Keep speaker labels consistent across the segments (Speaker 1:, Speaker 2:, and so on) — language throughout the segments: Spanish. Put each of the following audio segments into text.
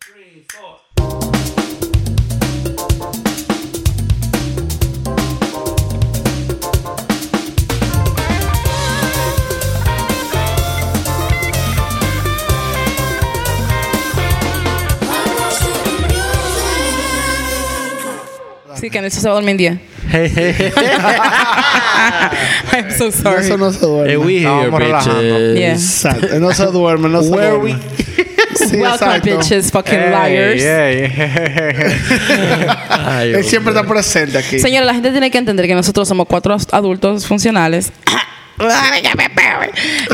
Speaker 1: three, four.
Speaker 2: Sí, que en eso se duerme en día. I'm so sorry.
Speaker 3: Eso no se duerme.
Speaker 4: Hey, Eh, we
Speaker 3: No,
Speaker 4: here,
Speaker 3: vamos relajando.
Speaker 4: bitches.
Speaker 2: Yeah.
Speaker 3: Exacto. No se duerme, no se
Speaker 4: Where
Speaker 3: duerme.
Speaker 4: we-
Speaker 3: Sí,
Speaker 2: Welcome,
Speaker 3: exacto.
Speaker 2: bitches, fucking liars.
Speaker 3: Ey, ey.
Speaker 4: Ay,
Speaker 3: Él siempre
Speaker 4: hombre.
Speaker 3: está presente aquí.
Speaker 2: Señora, la gente tiene que entender que nosotros somos cuatro adultos funcionales.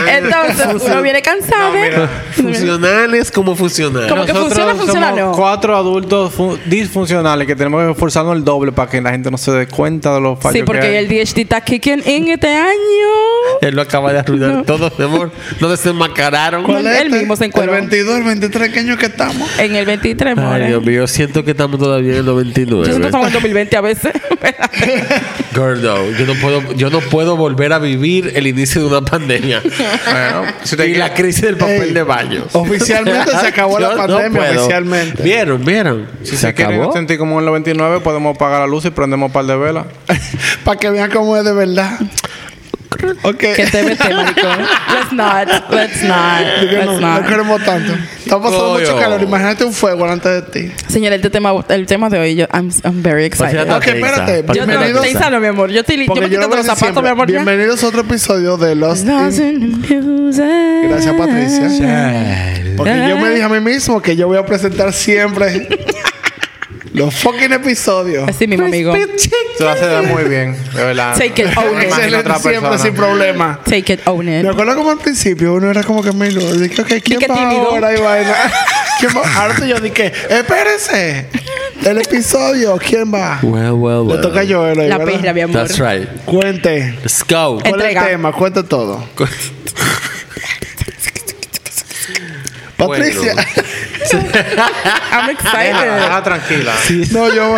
Speaker 2: Entonces, uno viene cansado. ¿eh?
Speaker 4: Funcionales como funcionales.
Speaker 2: Como que funciona, funciona,
Speaker 5: somos
Speaker 2: no.
Speaker 5: cuatro adultos fu- disfuncionales que tenemos que esforzarnos el doble para que la gente no se dé cuenta de los fallos
Speaker 2: sí,
Speaker 5: que hay.
Speaker 2: porque el DHD está kicking in este año.
Speaker 4: Él lo acaba de arruinar todo, mi amor. No desenmascararon.
Speaker 2: ¿Cuál es?
Speaker 3: este,
Speaker 2: Él mismo se encuentra.
Speaker 3: El 22, el 23 años que estamos.
Speaker 2: En el 23,
Speaker 4: Ay,
Speaker 2: more.
Speaker 4: Dios mío, siento que estamos todavía en el
Speaker 2: Yo
Speaker 4: 99.
Speaker 2: siento que estamos en 2020 a veces.
Speaker 4: Girl, no. Yo no, puedo, yo no puedo volver a vivir el inicio de una pandemia. y la crisis del papel
Speaker 3: Ey,
Speaker 4: de baño.
Speaker 3: oficialmente se acabó la
Speaker 4: Yo
Speaker 3: pandemia,
Speaker 4: puedo.
Speaker 3: oficialmente.
Speaker 4: Vieron, vieron.
Speaker 5: Si se, quieren sentir como en el 29, podemos apagar la luz y prendemos un par de velas.
Speaker 3: Para que vean cómo es de verdad. Ok.
Speaker 2: que te mete, maricón. Let's not. Let's not.
Speaker 3: Digo,
Speaker 2: Let's
Speaker 3: no, no
Speaker 2: not.
Speaker 3: queremos tanto. Está pasando
Speaker 4: Coño.
Speaker 3: mucho calor. Imagínate un fuego delante de ti.
Speaker 2: Señora, este tema, el tema de hoy, yo, I'm, I'm very
Speaker 4: Pues
Speaker 2: excited.
Speaker 3: Ok, espérate.
Speaker 2: Yo no,
Speaker 3: Bienvenidos
Speaker 2: estoy sano, mi amor. Yo estoy li- yo
Speaker 3: Porque
Speaker 2: me
Speaker 3: yo lo
Speaker 2: quitando
Speaker 3: veo
Speaker 2: los
Speaker 3: en
Speaker 2: zapatos, mi
Speaker 3: diciembre.
Speaker 2: amor. ya.
Speaker 3: Bienvenidos a otro episodio de Los. Gracias,
Speaker 2: Gracias,
Speaker 3: Patricia.
Speaker 4: Eh,
Speaker 3: Porque
Speaker 2: Eh,
Speaker 3: yo me dije a mí mismo que yo voy a presentar siempre los fucking episodios. Pues,
Speaker 2: Así mismo, amigo.
Speaker 5: Se lo hace de muy bien, de verdad.
Speaker 2: Take it,
Speaker 5: No
Speaker 2: own
Speaker 5: me
Speaker 2: it.
Speaker 5: imagino
Speaker 3: Excelente,
Speaker 5: otra
Speaker 3: siempre
Speaker 5: persona.
Speaker 3: sin problema.
Speaker 2: Take it, own
Speaker 3: Me
Speaker 2: it.
Speaker 3: acuerdo como al principio uno era como que me lo dije, ok, ¿quién
Speaker 2: que
Speaker 3: va
Speaker 2: tímido.
Speaker 3: ahora y vaina? ¿Quién va? Ahora estoy yo dije, espérense, el episodio, ¿quién va?
Speaker 4: Well, well,
Speaker 3: Le
Speaker 4: well.
Speaker 3: toca yo, Eloy,
Speaker 2: La
Speaker 3: ¿verdad?
Speaker 2: perra, mi amor.
Speaker 4: That's right.
Speaker 3: Cuente.
Speaker 4: Let's go.
Speaker 3: ¿Cuál
Speaker 2: Entrega.
Speaker 3: es el tema? Cuente todo. Patricia.
Speaker 4: Bueno.
Speaker 2: I'm
Speaker 5: Déjala,
Speaker 3: Ah,
Speaker 2: excited.
Speaker 5: déjala tranquila.
Speaker 3: no, yo.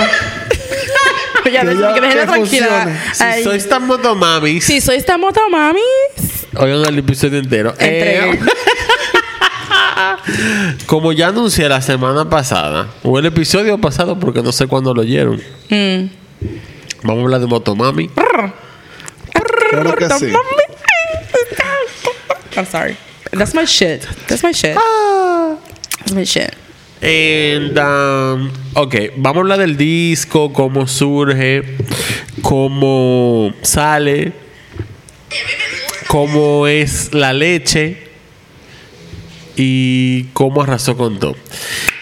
Speaker 2: Ya,
Speaker 3: que ya-
Speaker 2: que me dejen
Speaker 3: que funcione.
Speaker 2: tranquila.
Speaker 4: Si
Speaker 2: Ay,
Speaker 4: sois tan motomamis,
Speaker 2: Si soy esta mota, mami.
Speaker 4: oigan el episodio entero.
Speaker 2: Entrega.
Speaker 4: Eh, como ya anuncié la semana pasada, o el episodio pasado, porque no sé cuándo lo oyeron,
Speaker 2: Mm.
Speaker 4: vamos a hablar de motomami.
Speaker 3: Claro que sí.
Speaker 2: I'm sorry. That's my shit. That's my shit.
Speaker 3: Ah.
Speaker 2: That's my shit.
Speaker 4: And, um, ok, vamos a hablar del disco, cómo surge, cómo sale, cómo es la leche y cómo arrasó con todo.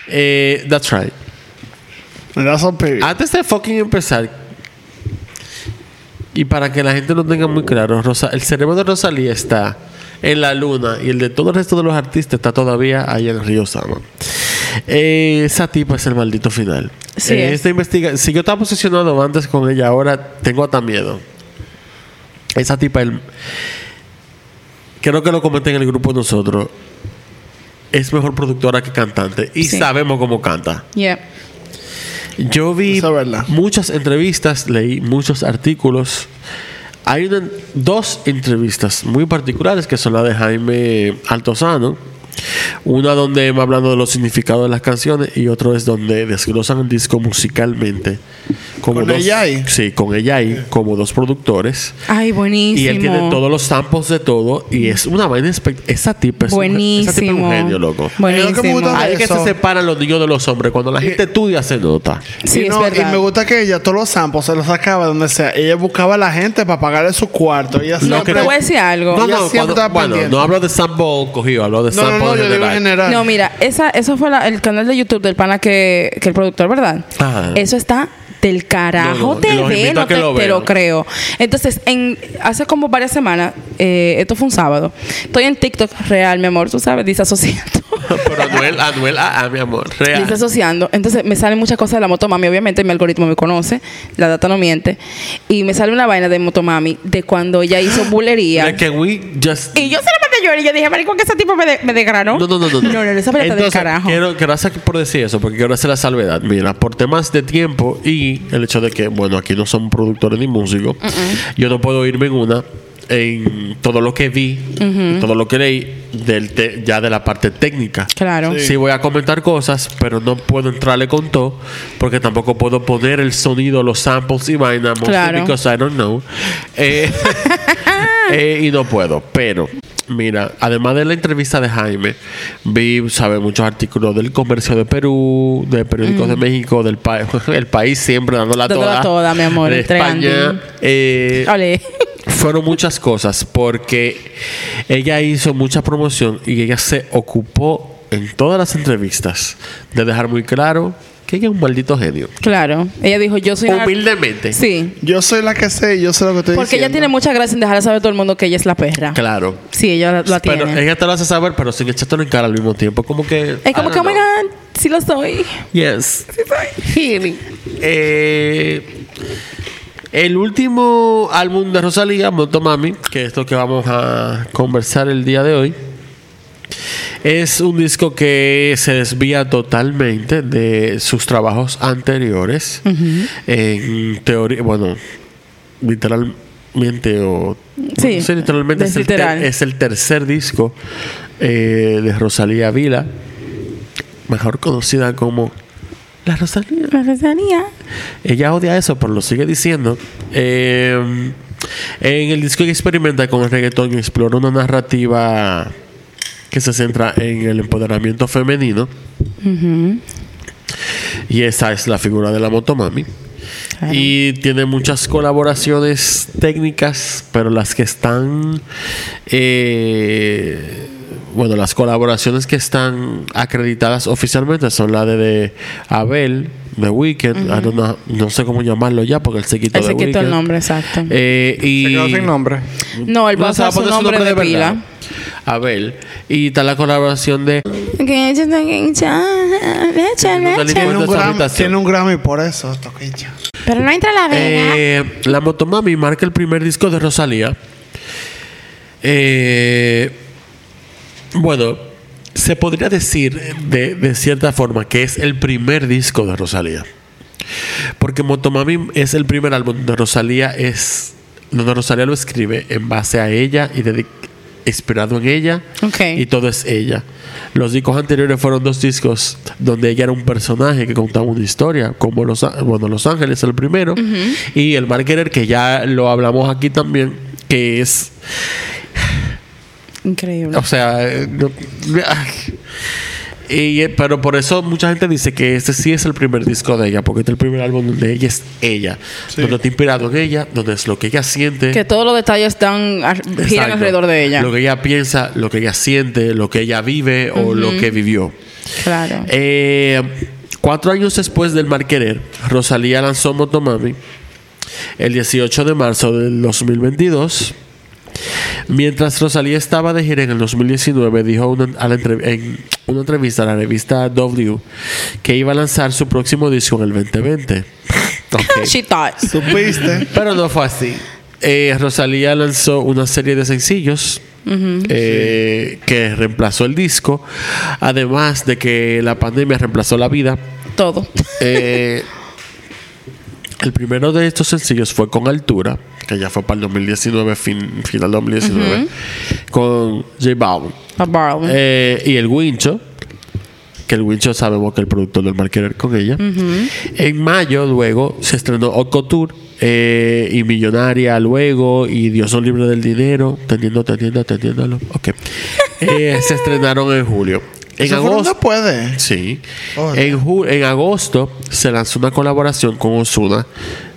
Speaker 4: Eh, that's right.
Speaker 3: Me das un pibe.
Speaker 4: Antes de fucking empezar, y para que la gente lo tenga muy claro, Rosa- el cerebro de Rosalía está en la luna y el de todo el resto de los artistas está todavía ahí en el río Sama. Eh, esa tipa es el maldito final.
Speaker 2: Sí
Speaker 4: Eh,
Speaker 2: es.
Speaker 4: esta investiga si yo estaba posicionado antes con ella, ahora tengo hasta miedo. Esa tipa, el- creo que lo comenté en el grupo nosotros, es mejor productora que cantante y
Speaker 2: Sí.
Speaker 4: sabemos cómo canta.
Speaker 2: Yeah.
Speaker 4: Yo vi
Speaker 3: Eso es verdad.
Speaker 4: muchas entrevistas, leí muchos artículos. Hay una- dos entrevistas muy particulares que son la de Jaime Altozano. Una donde va hablando de los significados de las canciones y otro es donde desglosan el disco musicalmente. Como
Speaker 3: ¿Con
Speaker 4: dos-
Speaker 3: ella ahí?
Speaker 4: Sí, con ella ahí, como dos productores.
Speaker 2: Ay, buenísimo.
Speaker 4: Y él tiene todos los samples de todo y es una vaina espect- Esa tipa es, un gen- esa tipa es
Speaker 2: Buenísimo.
Speaker 4: un genio, loco.
Speaker 3: Es lo que me
Speaker 2: Buenísimo.
Speaker 3: gusta
Speaker 4: Ahí es que se
Speaker 3: Eso. Eh,
Speaker 4: separan los niños de los hombres. Cuando la gente estudia se nota.
Speaker 2: Sí,
Speaker 3: y,
Speaker 2: es
Speaker 3: no, y
Speaker 2: verdad.
Speaker 3: me gusta que ella todos los samples se los sacaba de donde sea. Ella buscaba a la gente para pagarle su cuarto. Ella
Speaker 4: No,
Speaker 3: siempre-
Speaker 4: que-
Speaker 2: Te voy a decir algo.
Speaker 4: No,
Speaker 3: Ella
Speaker 4: no,
Speaker 3: siempre
Speaker 4: cuando-
Speaker 3: estaba
Speaker 4: bueno,
Speaker 3: pendiente.
Speaker 4: no hablo de sample cogido, hablo de
Speaker 3: no, no,
Speaker 4: sample
Speaker 3: no, yo digo en
Speaker 4: general.
Speaker 3: general.
Speaker 2: No, mira, esa, eso fue la- el canal de YouTube del pana que, que el productor, ¿verdad?
Speaker 4: Ajá.
Speaker 2: Eso está del
Speaker 4: No,
Speaker 2: carajo.
Speaker 4: no,
Speaker 2: te
Speaker 4: los
Speaker 2: ve,
Speaker 4: invito a
Speaker 2: no
Speaker 4: que
Speaker 2: te,
Speaker 4: lo
Speaker 2: te
Speaker 4: vean.
Speaker 2: lo creo. Entonces, en, hace como varias semanas, eh, esto fue un sábado. Estoy en TikTok real, mi amor, tú sabes, disasociando.
Speaker 4: Pero Anuel, Anuel, ah, ah, mi amor, real.
Speaker 2: Disasociando. Entonces me salen muchas cosas de la motomami. Obviamente mi algoritmo me conoce, la data no miente. Y me sale una vaina de motomami de cuando ella hizo bulería.
Speaker 4: Like, can we just...
Speaker 2: Y yo se la mandé a llorar y yo dije, maricón, que ese tipo me, de- me desgranó.
Speaker 4: No, no, no, no.
Speaker 2: No, no, esa vaina está del
Speaker 4: Entonces,
Speaker 2: carajo.
Speaker 4: Quiero, gracias por decir eso, porque quiero hacer la salvedad. Mira, por temas de tiempo
Speaker 2: Mm,
Speaker 4: y el hecho de que, bueno, aquí no somos productores ni músicos, yo no puedo irme en una. en todo lo que vi, en todo lo que leí, del te- ya de la parte técnica.
Speaker 2: Claro.
Speaker 4: Sí. voy a comentar cosas, pero no puedo entrarle con todo, porque tampoco puedo poner el sonido, los samples y vaina, mostly
Speaker 2: Claro.
Speaker 4: because I don't know. Eh, eh, y no puedo, pero mira, además de la entrevista de Jaime, vi, sabe, muchos artículos del comercio de Perú, de periódicos de México, del país, el país siempre dando la
Speaker 2: Dándola
Speaker 4: toda,
Speaker 2: Mm. toda, mi amor,
Speaker 4: de España.
Speaker 2: entregando.
Speaker 4: eh,
Speaker 2: Ole.
Speaker 4: fueron muchas cosas porque ella hizo mucha promoción y ella se ocupó en todas las entrevistas de dejar muy claro que ella es un maldito genio.
Speaker 2: Claro. Ella dijo, yo soy una-
Speaker 4: Humildemente.
Speaker 2: Sí.
Speaker 3: Yo soy la que sé, yo sé lo que estoy
Speaker 2: Porque
Speaker 3: diciendo.
Speaker 2: ella tiene mucha gracia en dejar saber a todo el mundo que ella es la perra.
Speaker 4: Claro.
Speaker 2: Sí, ella la, la
Speaker 4: Pero
Speaker 2: tiene.
Speaker 4: ella te lo hace saber, pero sin echártelo en cara al mismo tiempo. Como que.
Speaker 2: es como
Speaker 4: I
Speaker 2: que,
Speaker 4: don't
Speaker 2: oh my
Speaker 4: know.
Speaker 2: God, sí lo soy.
Speaker 4: Yes.
Speaker 2: Sí soy.
Speaker 4: Eh, el último álbum de Rosalía, Motomami, que es lo que vamos a conversar el día de hoy, es un disco que se desvía totalmente de sus trabajos anteriores. En teoría, bueno, literalmente o...
Speaker 2: Sí,
Speaker 4: no sé, literalmente
Speaker 2: es
Speaker 4: es el, ter-
Speaker 2: literal.
Speaker 4: es el tercer disco eh, de Rosalía Vila, mejor conocida como La Rosalía.
Speaker 2: La Rosalía.
Speaker 4: Ella odia eso, pero lo sigue diciendo. Eh, en el disco que experimenta con el reggaetón explora una narrativa que se centra en el empoderamiento femenino. Y esa es la figura de la motomami.
Speaker 2: Claro.
Speaker 4: Y tiene muchas colaboraciones técnicas, pero las que están. eh, bueno, las colaboraciones que están acreditadas oficialmente son la de, de Abel, de Weekend. Ah, no, sé cómo llamarlo ya, porque él se quitó,
Speaker 2: Él se
Speaker 4: The
Speaker 2: quitó el
Speaker 4: Weeknd.
Speaker 2: nombre, exacto.
Speaker 4: Eh, y
Speaker 5: Se quedó sin nombre.
Speaker 2: no, él
Speaker 4: No, se
Speaker 2: va a
Speaker 4: va
Speaker 2: usar su
Speaker 4: poner
Speaker 2: nombre de
Speaker 4: verdad.
Speaker 2: pila.
Speaker 4: Abel. Y está la colaboración de.
Speaker 2: Que yo soy hincha, leche,
Speaker 4: Tiene una
Speaker 2: leche.
Speaker 4: línea-
Speaker 3: Tiene un,
Speaker 4: Esa
Speaker 3: Grammy,
Speaker 4: habitación.
Speaker 3: tiene un Grammy por eso, Toquicha.
Speaker 2: Pero no entra la vena.
Speaker 4: Eh, la Motomami marca el primer disco de Rosalía. Eh, bueno, se podría decir de, de cierta forma que es el primer disco de Rosalía. Porque Motomami es el primer álbum donde Rosalía es. Donde Rosalía lo escribe en base a ella y dedic- inspirado en ella.
Speaker 2: Ok.
Speaker 4: Y todo es ella. Los discos anteriores fueron dos discos donde ella era un personaje que contaba una historia, como Los, Á- bueno, Los Ángeles, el primero, y El Marketer, que ya lo hablamos aquí también, que es,
Speaker 2: Increíble.
Speaker 4: o sea, eh, no- y, eh, pero por eso mucha gente dice que este sí es el primer disco de ella, porque este es el primer álbum donde ella es ella, donde está inspirado en ella, donde es lo que ella siente.
Speaker 2: Que todos los detalles están ar- giran
Speaker 4: Exacto.
Speaker 2: alrededor de ella.
Speaker 4: Lo que ella piensa, lo que ella siente, lo que ella vive o lo que vivió.
Speaker 2: Claro.
Speaker 4: Eh, cuatro años después del Mal Querer, Rosalía lanzó Motomami el 18 de marzo del 2022. Mientras Rosalía estaba de gira en el 2019, dijo una- a la entrev- en una entrevista a la revista W que iba a lanzar su próximo disco en el 2020. Ok.
Speaker 2: She thought.
Speaker 3: ¿Supiste?
Speaker 4: Pero no fue así. Eh, Rosalía lanzó una serie de sencillos eh, que reemplazó el disco. Además de que la pandemia reemplazó la vida.
Speaker 2: Todo.
Speaker 4: Eh, el primero de estos sencillos fue Con Altura, que ya fue para el 2019, fin, final 2019, con J Balvin.
Speaker 2: A Barbie.
Speaker 4: Eh, y el Wincho, que el Wincho sabemos que el productor del Marquerer con ella. En mayo, luego, se estrenó Ocotur eh, y Millonaria, luego, y Dios son libre del dinero, teniendo, teniendo, teniéndolo. Ok. Eh, se estrenaron en julio. En
Speaker 3: Eso fue
Speaker 4: agosto.
Speaker 3: No puede.
Speaker 4: Sí.
Speaker 3: Oh,
Speaker 4: en, ju- en agosto se lanzó una colaboración con Osuna.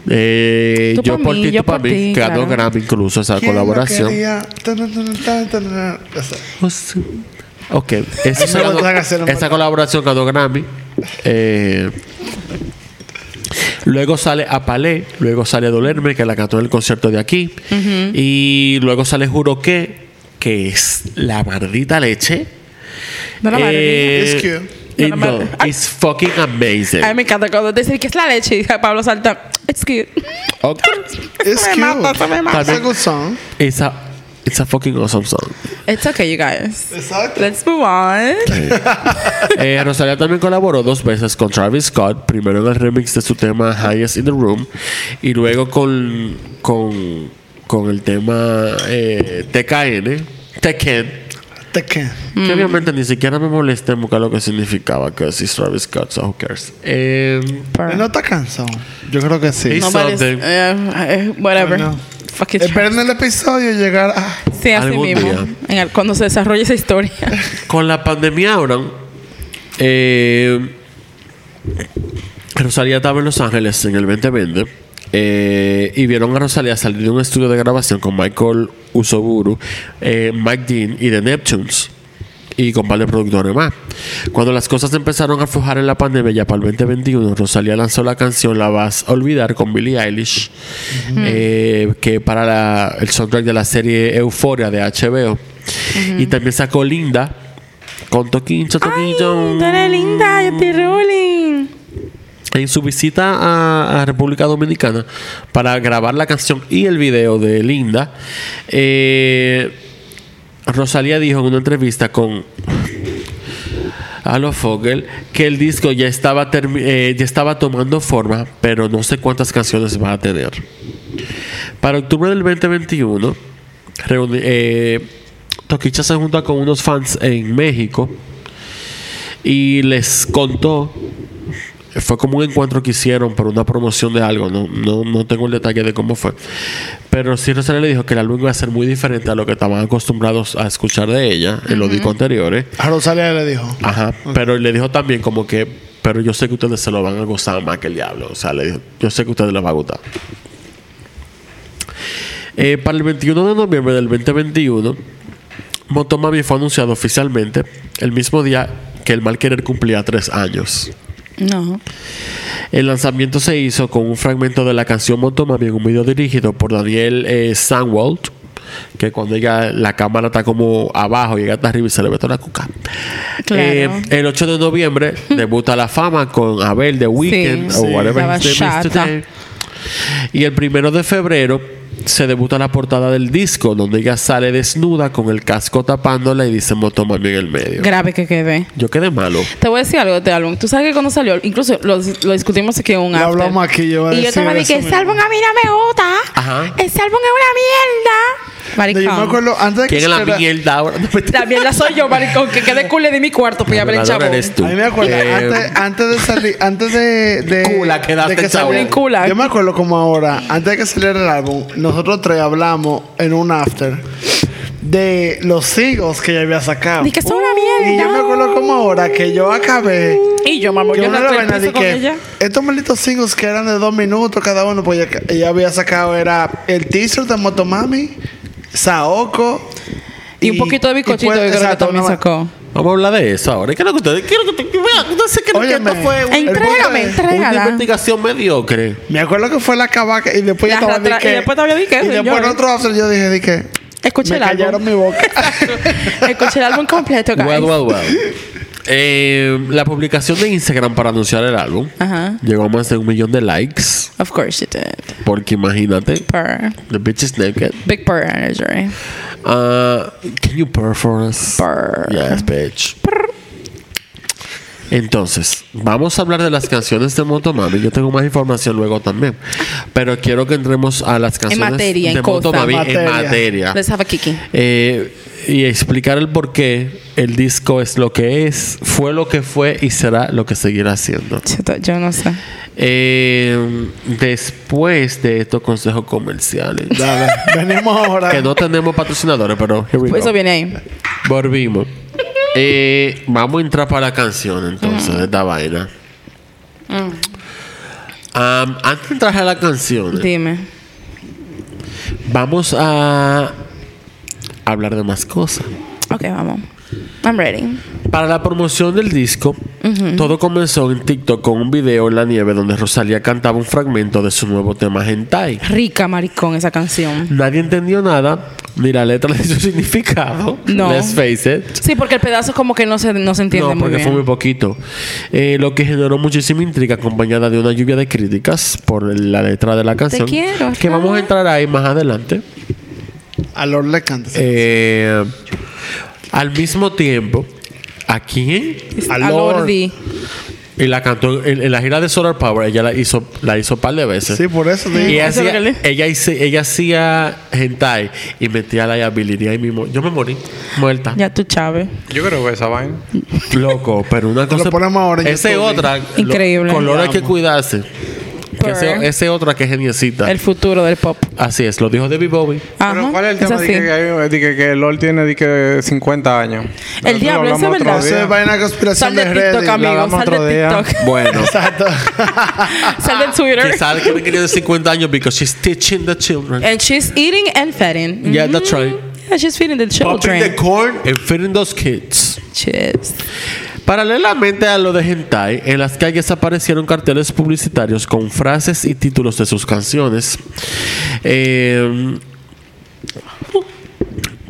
Speaker 4: Eh,
Speaker 2: Tú
Speaker 4: yo
Speaker 2: pa'
Speaker 4: por
Speaker 2: mí,
Speaker 4: ti,
Speaker 2: yo
Speaker 4: tú pa'
Speaker 2: por
Speaker 4: mí.
Speaker 2: ti,
Speaker 4: Que ganó
Speaker 2: claro.
Speaker 4: Grammy incluso esa
Speaker 3: ¿Quién no
Speaker 4: colaboración.
Speaker 3: quería? Tan, tan, tan, tan, tan, tan. Eso.
Speaker 4: Ozuna. Ok, eso se
Speaker 3: No
Speaker 4: ganó-
Speaker 3: lo tengo que hacer, hombre.
Speaker 4: esa colaboración ganó Grammy. Eh, luego sale Apalé, luego sale Dolerme, que la cantó en el concierto de aquí. Y luego sale Juro que, que es la maldita leche.
Speaker 2: No la madre.
Speaker 4: Eh,
Speaker 3: It's cute.
Speaker 4: eh,
Speaker 2: No la Ah.
Speaker 4: no,
Speaker 2: madre.
Speaker 4: it's fucking amazing.
Speaker 2: A mí me encanta cuando dicen que es la leche y Pablo salta. It's cute.
Speaker 4: Ok.
Speaker 3: It's
Speaker 2: Me mata,
Speaker 3: cute.
Speaker 2: eso me mata.
Speaker 3: It's a good song.
Speaker 4: It's a, it's a fucking awesome song.
Speaker 2: It's okay, you guys.
Speaker 3: Exacto.
Speaker 2: Let's move on.
Speaker 4: Eh, Rosalía también colaboró dos veces con Travis Scott, primero en el remix de su tema Highest in the Room y luego con, con, con el tema eh, TKN, TKN,
Speaker 3: ¿De qué?
Speaker 4: que obviamente ni siquiera me molesté en buscar lo que significaba, que si Travis Scott, so who cares. Eh,
Speaker 3: ¿Él no está cansado? Yo creo que sí.
Speaker 4: Hizo-
Speaker 2: Nobody's-
Speaker 4: something.
Speaker 2: eh, eh, whatever.
Speaker 3: No.
Speaker 2: Fuck it.
Speaker 3: Esperen el episodio y llegar a...
Speaker 2: Sí, así
Speaker 4: Algún
Speaker 2: mismo.
Speaker 4: día.
Speaker 2: En el- cuando se desarrolle esa historia.
Speaker 4: con la pandemia ahora, eh, Rosalía estaba en Los Ángeles en el 2020 eh, y vieron a Rosalía salir de un estudio de grabación con Michael Usoburu, eh, Mike Dean y The Neptunes. Y con varios productores más. Cuando las cosas empezaron a aflojar en la pandemia, ya para el 2021, Rosalía lanzó la canción La Vas a Olvidar con Billie Eilish, eh, que para la- el soundtrack de la serie Euforia de HBO. Y también sacó Linda con Toquincho, Toquincho.
Speaker 2: linda, yo te rolling.
Speaker 4: En su visita a, a República Dominicana para grabar la canción y el video de Linda, eh, Rosalía dijo en una entrevista con Alo Fogel que el disco ya estaba, termi- eh, ya estaba tomando forma, pero no sé cuántas canciones va a tener. Para octubre del 2021, reuni- eh, Toquicha se junta con unos fans en México y les contó Eh, fue como un encuentro que hicieron por una promoción de algo. No, no, no tengo el detalle de cómo fue. Pero sí Rosalía le dijo que el álbum iba a ser muy diferente a lo que estaban acostumbrados a escuchar de ella en los discos anteriores.
Speaker 3: A Rosalia le dijo.
Speaker 4: Ajá. Pero le dijo también como que, pero yo sé que ustedes se lo van a gozar más que el diablo. O sea, le dijo, yo sé que a ustedes les va a gustar. Eh, para el 21 de noviembre del 2021, Motomami fue anunciado oficialmente el mismo día que el mal querer cumplía tres años.
Speaker 2: No.
Speaker 4: El lanzamiento se hizo con un fragmento de la canción Motomami en un video dirigido por Daniel eh, Sanwalt, que cuando ella, la cámara está como abajo, llega hasta arriba y se le ve toda la cuca.
Speaker 2: Claro.
Speaker 4: Eh, el 8 de noviembre debuta La Fama con Abel The Weeknd
Speaker 2: Sí,
Speaker 4: o
Speaker 2: sí.
Speaker 4: whatever
Speaker 2: La
Speaker 4: his name is
Speaker 2: bachata.
Speaker 4: today. Y el primero de febrero se debuta la portada del disco, donde ella sale desnuda con el casco tapándola y dice Motomami en el medio.
Speaker 2: Grave que quedé.
Speaker 4: Yo quedé malo.
Speaker 2: Te voy a decir algo de este álbum. Tú sabes que cuando salió, incluso lo, lo discutimos aquí en un
Speaker 3: Lo
Speaker 2: after.
Speaker 3: hablamos aquí, yo iba a
Speaker 2: Y yo
Speaker 3: decir
Speaker 2: estaba de
Speaker 3: eso
Speaker 2: que ese
Speaker 3: mismo.
Speaker 2: álbum a mí no me gusta.
Speaker 4: Ajá.
Speaker 2: Ese álbum es una mierda.
Speaker 3: Yo me
Speaker 2: Maricón.
Speaker 3: acuerdo antes de que
Speaker 4: ¿Quién es la
Speaker 3: saliera-
Speaker 4: mierda ahora?
Speaker 2: La mierda soy yo, maricón. Que quede cool de mi cuarto. Pues ya ver el
Speaker 4: Ganadora
Speaker 2: chavo.
Speaker 4: eres tú.
Speaker 3: A mí me acuerdo,
Speaker 4: Eh,
Speaker 3: antes, antes de salir, antes de, de,
Speaker 4: Cula, quedaste
Speaker 3: de que
Speaker 4: chavo.
Speaker 3: saliera-
Speaker 2: Cula.
Speaker 3: Yo me acuerdo como ahora, antes de que saliera el álbum, nosotros tres hablamos en un after de los singles que ella había sacado.
Speaker 2: Ni que son una
Speaker 3: Y yo me
Speaker 2: mierda.
Speaker 3: acuerdo como ahora que yo acabé.
Speaker 2: Y yo, mamá,
Speaker 3: que
Speaker 2: yo
Speaker 3: una
Speaker 2: no
Speaker 3: de las
Speaker 2: estoy en
Speaker 3: vainas
Speaker 2: piso
Speaker 3: de
Speaker 2: con
Speaker 3: que
Speaker 2: ella.
Speaker 3: Estos malditos singles que eran de dos minutos cada uno, pues ella, ella había sacado era el teaser de Motomami, Saoko.
Speaker 2: Y un poquito de bizcochito,
Speaker 3: y
Speaker 2: yo
Speaker 3: pues,
Speaker 2: creo que
Speaker 3: exacto,
Speaker 2: también
Speaker 3: una-
Speaker 2: sacó.
Speaker 4: Vamos a hablar de eso ahora. ¿Qué es lo que ustedes quiero que ustedes- que vean? Ustedes se creen que
Speaker 3: Óyeme.
Speaker 4: esto fue un-
Speaker 3: El punto
Speaker 2: Entrégame,
Speaker 3: es-
Speaker 4: una
Speaker 2: entrégala.
Speaker 4: investigación mediocre?
Speaker 3: Me acuerdo que fue la cavaca y después
Speaker 2: La
Speaker 3: yo estaba
Speaker 2: ratra-
Speaker 3: de que-
Speaker 2: y después todavía di que,
Speaker 3: Y después
Speaker 2: señores.
Speaker 3: en otro after yo dije, dije.
Speaker 2: Escuché
Speaker 3: me
Speaker 2: el álbum.
Speaker 3: callaron mi boca.
Speaker 2: Escuché el álbum completo, guys.
Speaker 4: Well, well, well. Eh, la publicación de Instagram para anunciar el álbum
Speaker 2: Ajá.
Speaker 4: llegó a más de un millón de likes.
Speaker 2: Of course you did.
Speaker 4: Porque imagínate,
Speaker 2: Purr.
Speaker 4: the bitch is naked.
Speaker 2: Big purr energy.
Speaker 4: Uh, can you purr for us?
Speaker 2: Purr.
Speaker 4: Yes, bitch. Entonces, vamos a hablar de las canciones de Motomami. Yo tengo más información luego también. Pero quiero que entremos a las canciones
Speaker 2: materia, Pues- en
Speaker 4: de
Speaker 2: cosa.
Speaker 4: Motomami en
Speaker 3: Materia.
Speaker 4: materia.
Speaker 2: Let's have a kiki.
Speaker 4: Eh, y explicar el por qué el disco es lo que es, fue lo que fue y será lo que seguirá siendo.
Speaker 2: Chuta, Yo no sé.
Speaker 4: Eh, después de estos consejos comerciales,
Speaker 3: Dale, venimos ahora.
Speaker 4: que no tenemos patrocinadores, pero here we
Speaker 2: Pues
Speaker 4: go.
Speaker 2: eso viene ahí.
Speaker 4: Volvimos. Eh, vamos a entrar para la canción entonces de esta vaina. Am, antes de entrar a la canción,
Speaker 2: Dime.
Speaker 4: vamos a hablar de más cosas.
Speaker 2: Ok, vamos. I'm ready.
Speaker 4: Para la promoción del disco, todo comenzó en TikTok con un video en la nieve donde Rosalía cantaba un fragmento de su nuevo tema Hentai.
Speaker 2: Rica maricón esa canción.
Speaker 4: Nadie entendió nada, ni la letra ni su significado.
Speaker 2: No.
Speaker 4: Let's face it.
Speaker 2: Sí, porque el pedazo como que no se, no se entiende
Speaker 4: No,
Speaker 2: muy
Speaker 4: porque
Speaker 2: bien.
Speaker 4: fue muy poquito. Eh, lo que generó muchísima intriga acompañada de una lluvia de críticas por la letra de la canción.
Speaker 2: quiero,
Speaker 4: que
Speaker 2: Rana.
Speaker 4: vamos a entrar ahí más adelante.
Speaker 3: A Lord le canta.
Speaker 4: Eh, al mismo tiempo, ¿a quién?
Speaker 2: A Lordi.
Speaker 4: Y la cantó en, en la gira de Solar Power, ella la hizo, la hizo un par de veces.
Speaker 3: Sí, por eso te
Speaker 4: Y
Speaker 3: digo.
Speaker 4: ella
Speaker 2: Eso es
Speaker 4: hacía,
Speaker 2: lo que le-
Speaker 4: ella, hice- ella hacía hentai y metía la liability ahí mismo. Yo me morí, muerta.
Speaker 2: Ya tú, Chávez.
Speaker 5: Yo creo que esa vaina.
Speaker 4: Loco, pero una cosa.
Speaker 3: ponemos ahora en
Speaker 4: Esa es
Speaker 3: YouTube.
Speaker 4: otra.
Speaker 2: Increíble.
Speaker 4: lo- Color hay que
Speaker 3: Vamos.
Speaker 4: cuidarse. Que ese-
Speaker 2: Purr.
Speaker 4: Esa es otra que es geniecita.
Speaker 2: El futuro del pop.
Speaker 4: Así es, lo dijo David Bowie.
Speaker 2: Ajá,
Speaker 5: Pero ¿cuál es el tema?
Speaker 2: así.
Speaker 5: de que, hay- de que, que LOL tiene de que 50 años.
Speaker 2: El diablo, eso es verdad.
Speaker 3: Eso es vaina de
Speaker 2: Sal
Speaker 3: conspiración
Speaker 2: de
Speaker 3: de
Speaker 2: TikTok,
Speaker 3: Reddit.
Speaker 2: amigo.
Speaker 5: hablamos
Speaker 2: Sal
Speaker 5: otro
Speaker 2: de
Speaker 5: día.
Speaker 2: TikTok.
Speaker 4: Bueno,
Speaker 3: Exacto.
Speaker 2: Sal de Twitter. Eh,
Speaker 4: quizás que tiene 50 años because she's teaching the children.
Speaker 2: And she's eating and feeding.
Speaker 4: Yeah, that's right.
Speaker 2: Yeah, she's feeding the
Speaker 4: Popping the
Speaker 2: children.
Speaker 4: corn and feeding those kids.
Speaker 2: Chips.
Speaker 4: Paralelamente a lo de hentai, en las calles aparecieron carteles publicitarios con frases y títulos de sus canciones. Eh,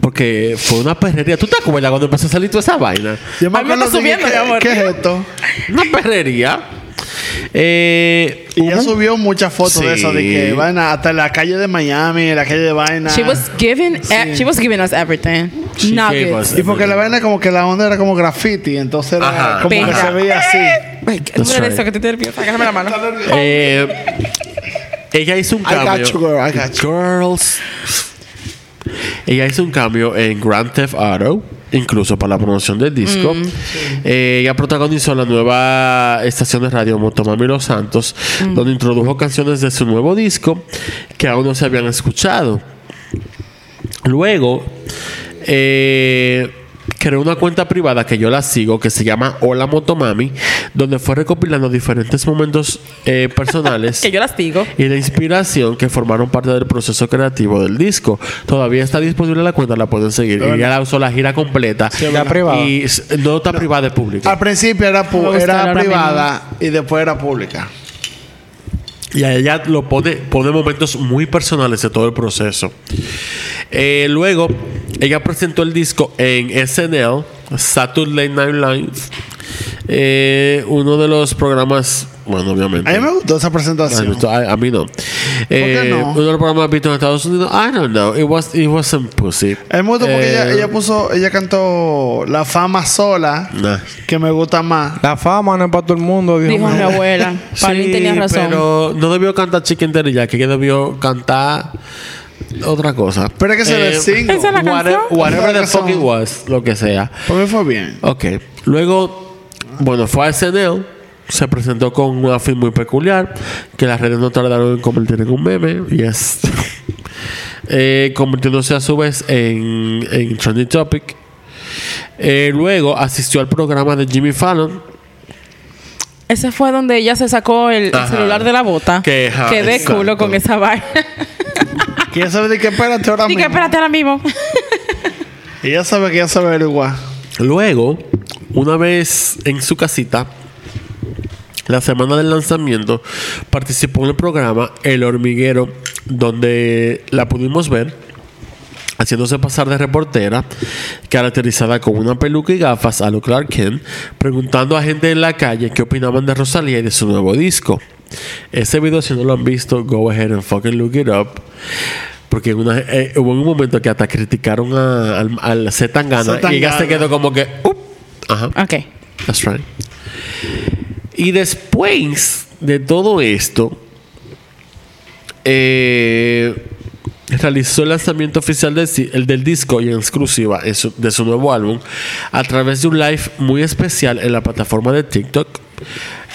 Speaker 4: porque fue una perrería. ¿Tú te acuerdas cuando empezó a salir toda esa vaina?
Speaker 3: Yo me
Speaker 2: Ay, me
Speaker 3: acuerdo
Speaker 2: está
Speaker 3: que dije,
Speaker 2: subiendo, mi
Speaker 3: ¿qué,
Speaker 2: amor.
Speaker 3: ¿qué es esto?
Speaker 4: Una perrería. Eh,
Speaker 3: Y ella
Speaker 4: hubo-
Speaker 3: subió muchas fotos de eso, de que
Speaker 4: Sí.
Speaker 3: vaina hasta la calle de Miami, la calle de vaina.
Speaker 2: She was giving. e- she was giving us everything.
Speaker 4: She gave
Speaker 2: Nuggets.
Speaker 4: us-
Speaker 3: y porque la vaina como que la onda era como graffiti, entonces era
Speaker 4: Ajá.
Speaker 3: como que
Speaker 2: Pega.
Speaker 3: se veía así.
Speaker 2: Ay, qué
Speaker 4: That's
Speaker 2: duro
Speaker 4: right.
Speaker 2: eso que te estoy nerviosa. Agárrame la mano.
Speaker 4: eh, ella hizo un
Speaker 3: I got you,
Speaker 4: cambio.
Speaker 3: girl, I got you.
Speaker 4: Girls. Ella hizo un cambio en Grand Theft Auto, incluso para la promoción del disco.
Speaker 2: Mm.
Speaker 4: Eh, ella protagonizó la nueva estación de radio Motomami Los Santos,
Speaker 2: Mm.
Speaker 4: donde introdujo canciones de su nuevo disco que aún no se habían escuchado. Luego, eh, creó una cuenta privada que yo la sigo, que se llama Hola Motomami, donde fue recopilando diferentes momentos eh, personales
Speaker 2: Que yo las digo.
Speaker 4: y la inspiración que formaron parte del proceso creativo del disco. Todavía está disponible la cuenta, la pueden seguir. Y ya la usó la gira completa.
Speaker 5: ¿La privada?
Speaker 4: Y s- no está privada, es pública.
Speaker 3: Al principio era, pu-
Speaker 2: Me gusta
Speaker 3: era
Speaker 2: ahora
Speaker 3: privada y después era pública.
Speaker 4: Y a ella lo pone, pone momentos muy personales de todo el proceso. Eh, luego, ella presentó el disco en SNL, Saturday Night Live, eh, uno de los programas, bueno, obviamente.
Speaker 3: A mí me gustó esa
Speaker 4: Ay,
Speaker 3: presentación.
Speaker 4: no, I- a mí no.
Speaker 3: qué
Speaker 4: Eh,
Speaker 3: no?
Speaker 4: Uno de los programas vistos en Estados Unidos. I don't know. It, was, it wasn't pussy.
Speaker 3: A mí me gustó porque
Speaker 4: Eh,
Speaker 3: ella, ella puso, ella cantó La fama sola,
Speaker 4: Nah.
Speaker 3: que me gusta más.
Speaker 5: La fama no es para todo el mundo, dijo.
Speaker 2: Dijo mi
Speaker 5: Manuel.
Speaker 2: abuela. Paulín
Speaker 4: Sí,
Speaker 2: tenía razón.
Speaker 4: Pero no debió cantar Chicken Teriyaki, que debió cantar otra cosa.
Speaker 3: Pero es que se ve cinco.
Speaker 2: Esa es la
Speaker 4: whatever,
Speaker 2: canción.
Speaker 4: whatever the
Speaker 3: Esa
Speaker 4: fuck it
Speaker 3: canción.
Speaker 4: was, lo que sea.
Speaker 3: Por mí fue bien.
Speaker 4: Ok. Luego, bueno, fue a SNL. Se presentó con un outfit muy peculiar que las redes no tardaron en convertir en un meme. Y es. eh, convirtiéndose a su vez en, en Trending Topic. Eh, luego asistió al programa de Jimmy Fallon.
Speaker 2: Ese fue donde ella se sacó el el
Speaker 4: Ajá.
Speaker 2: celular de la bota.
Speaker 4: Que, ajá,
Speaker 2: Quedé
Speaker 4: exacto.
Speaker 2: culo con esa vaina.
Speaker 3: Que ella sabe de que espérate ahora
Speaker 2: Y que
Speaker 3: mismo.
Speaker 2: espérate ahora mismo.
Speaker 3: Ella sabe que ella sabe averiguar.
Speaker 4: Luego, una vez en su casita, la semana del lanzamiento, participó en el programa El Hormiguero, donde la pudimos ver haciéndose pasar de reportera, caracterizada con una peluca y gafas a lo Clark Kent, preguntando a gente en la calle qué opinaban de Rosalía y de su nuevo disco. Ese video, si no lo han visto, go ahead and fucking look it up. Porque en una- eh, hubo un momento que hasta criticaron a- al, al C. Tangana
Speaker 3: C.
Speaker 4: y ella se
Speaker 3: Tangana.
Speaker 4: quedó como que... "Up". Ajá.
Speaker 2: ok.
Speaker 4: That's right. Y después de todo esto, eh, realizó el lanzamiento oficial del, si- el del disco y en exclusiva en su- de su nuevo álbum a través de un live muy especial en la plataforma de TikTok.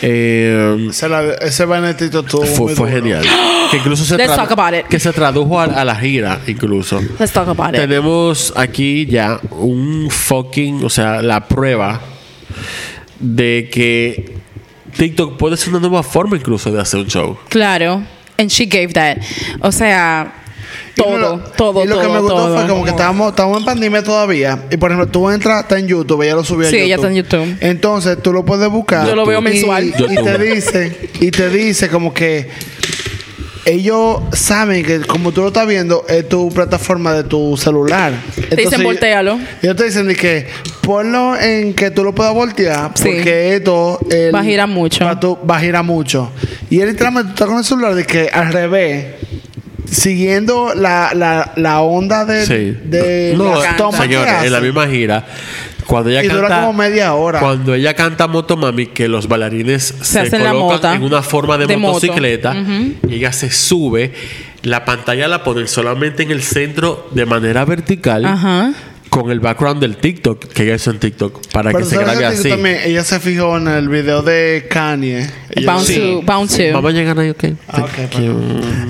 Speaker 4: Eh,
Speaker 3: Se la- ese vainetito estuvo
Speaker 4: fue,
Speaker 3: muy
Speaker 4: fue
Speaker 3: duro.
Speaker 4: genial. Que incluso se,
Speaker 2: Let's
Speaker 4: tradu-
Speaker 2: talk about it.
Speaker 4: que se tradujo a, a la gira, incluso.
Speaker 2: Let's talk about it.
Speaker 4: Tenemos aquí ya un fucking, o sea, la prueba de que TikTok puede ser una nueva forma incluso de hacer un show.
Speaker 2: Claro. And she gave that. O sea,
Speaker 3: Y
Speaker 2: todo,
Speaker 3: lo-
Speaker 2: todo,
Speaker 3: y lo que
Speaker 2: todo,
Speaker 3: me gustó
Speaker 2: todo.
Speaker 3: fue como que estábamos, estábamos en pandemia todavía. Y por ejemplo, tú entras, está en YouTube, ella lo subió a
Speaker 2: Sí,
Speaker 3: YouTube.
Speaker 2: ella está en YouTube.
Speaker 3: Entonces tú lo puedes buscar.
Speaker 2: Yo lo veo
Speaker 3: Y-
Speaker 2: mensual.
Speaker 3: Y, te
Speaker 4: YouTube.
Speaker 3: dice, y te dice como que ellos saben que como tú lo estás viendo, es tu plataforma de tu celular. Entonces,
Speaker 2: dicen,
Speaker 3: ellos-
Speaker 2: "Voltéalo".
Speaker 3: Ellos te dicen de que ponlo en que tú lo puedas voltear,
Speaker 2: Sí.
Speaker 3: porque esto el-
Speaker 2: Va a girar mucho.
Speaker 3: Va, tu- va a girar mucho. Y él literalmente tú estás con el celular de que al revés siguiendo la, la, la onda de,
Speaker 4: Sí.
Speaker 3: de
Speaker 4: no,
Speaker 3: las tomas que
Speaker 4: señores, en la
Speaker 3: hacen.
Speaker 4: misma gira Cuando ella
Speaker 3: Y dura
Speaker 4: canta,
Speaker 3: como media hora.
Speaker 4: Cuando ella canta Motomami, que los bailarines se,
Speaker 2: hacen la
Speaker 4: colocan
Speaker 2: mota
Speaker 4: en una forma de,
Speaker 2: de moto.
Speaker 4: motocicleta y ella se sube, la pantalla la ponen solamente en el centro de manera vertical
Speaker 2: Ajá.
Speaker 4: con el background del TikTok que ella hizo en TikTok para
Speaker 3: Pero
Speaker 4: que se
Speaker 3: ¿sabes
Speaker 4: grabe
Speaker 3: qué te digo
Speaker 4: así.
Speaker 3: también? ella se fijó en el video de Kanye. Ella-
Speaker 2: Bounce to. Bounce to.
Speaker 4: Vamos a llegar ahí, ok.
Speaker 3: Ah, ok,
Speaker 4: Que-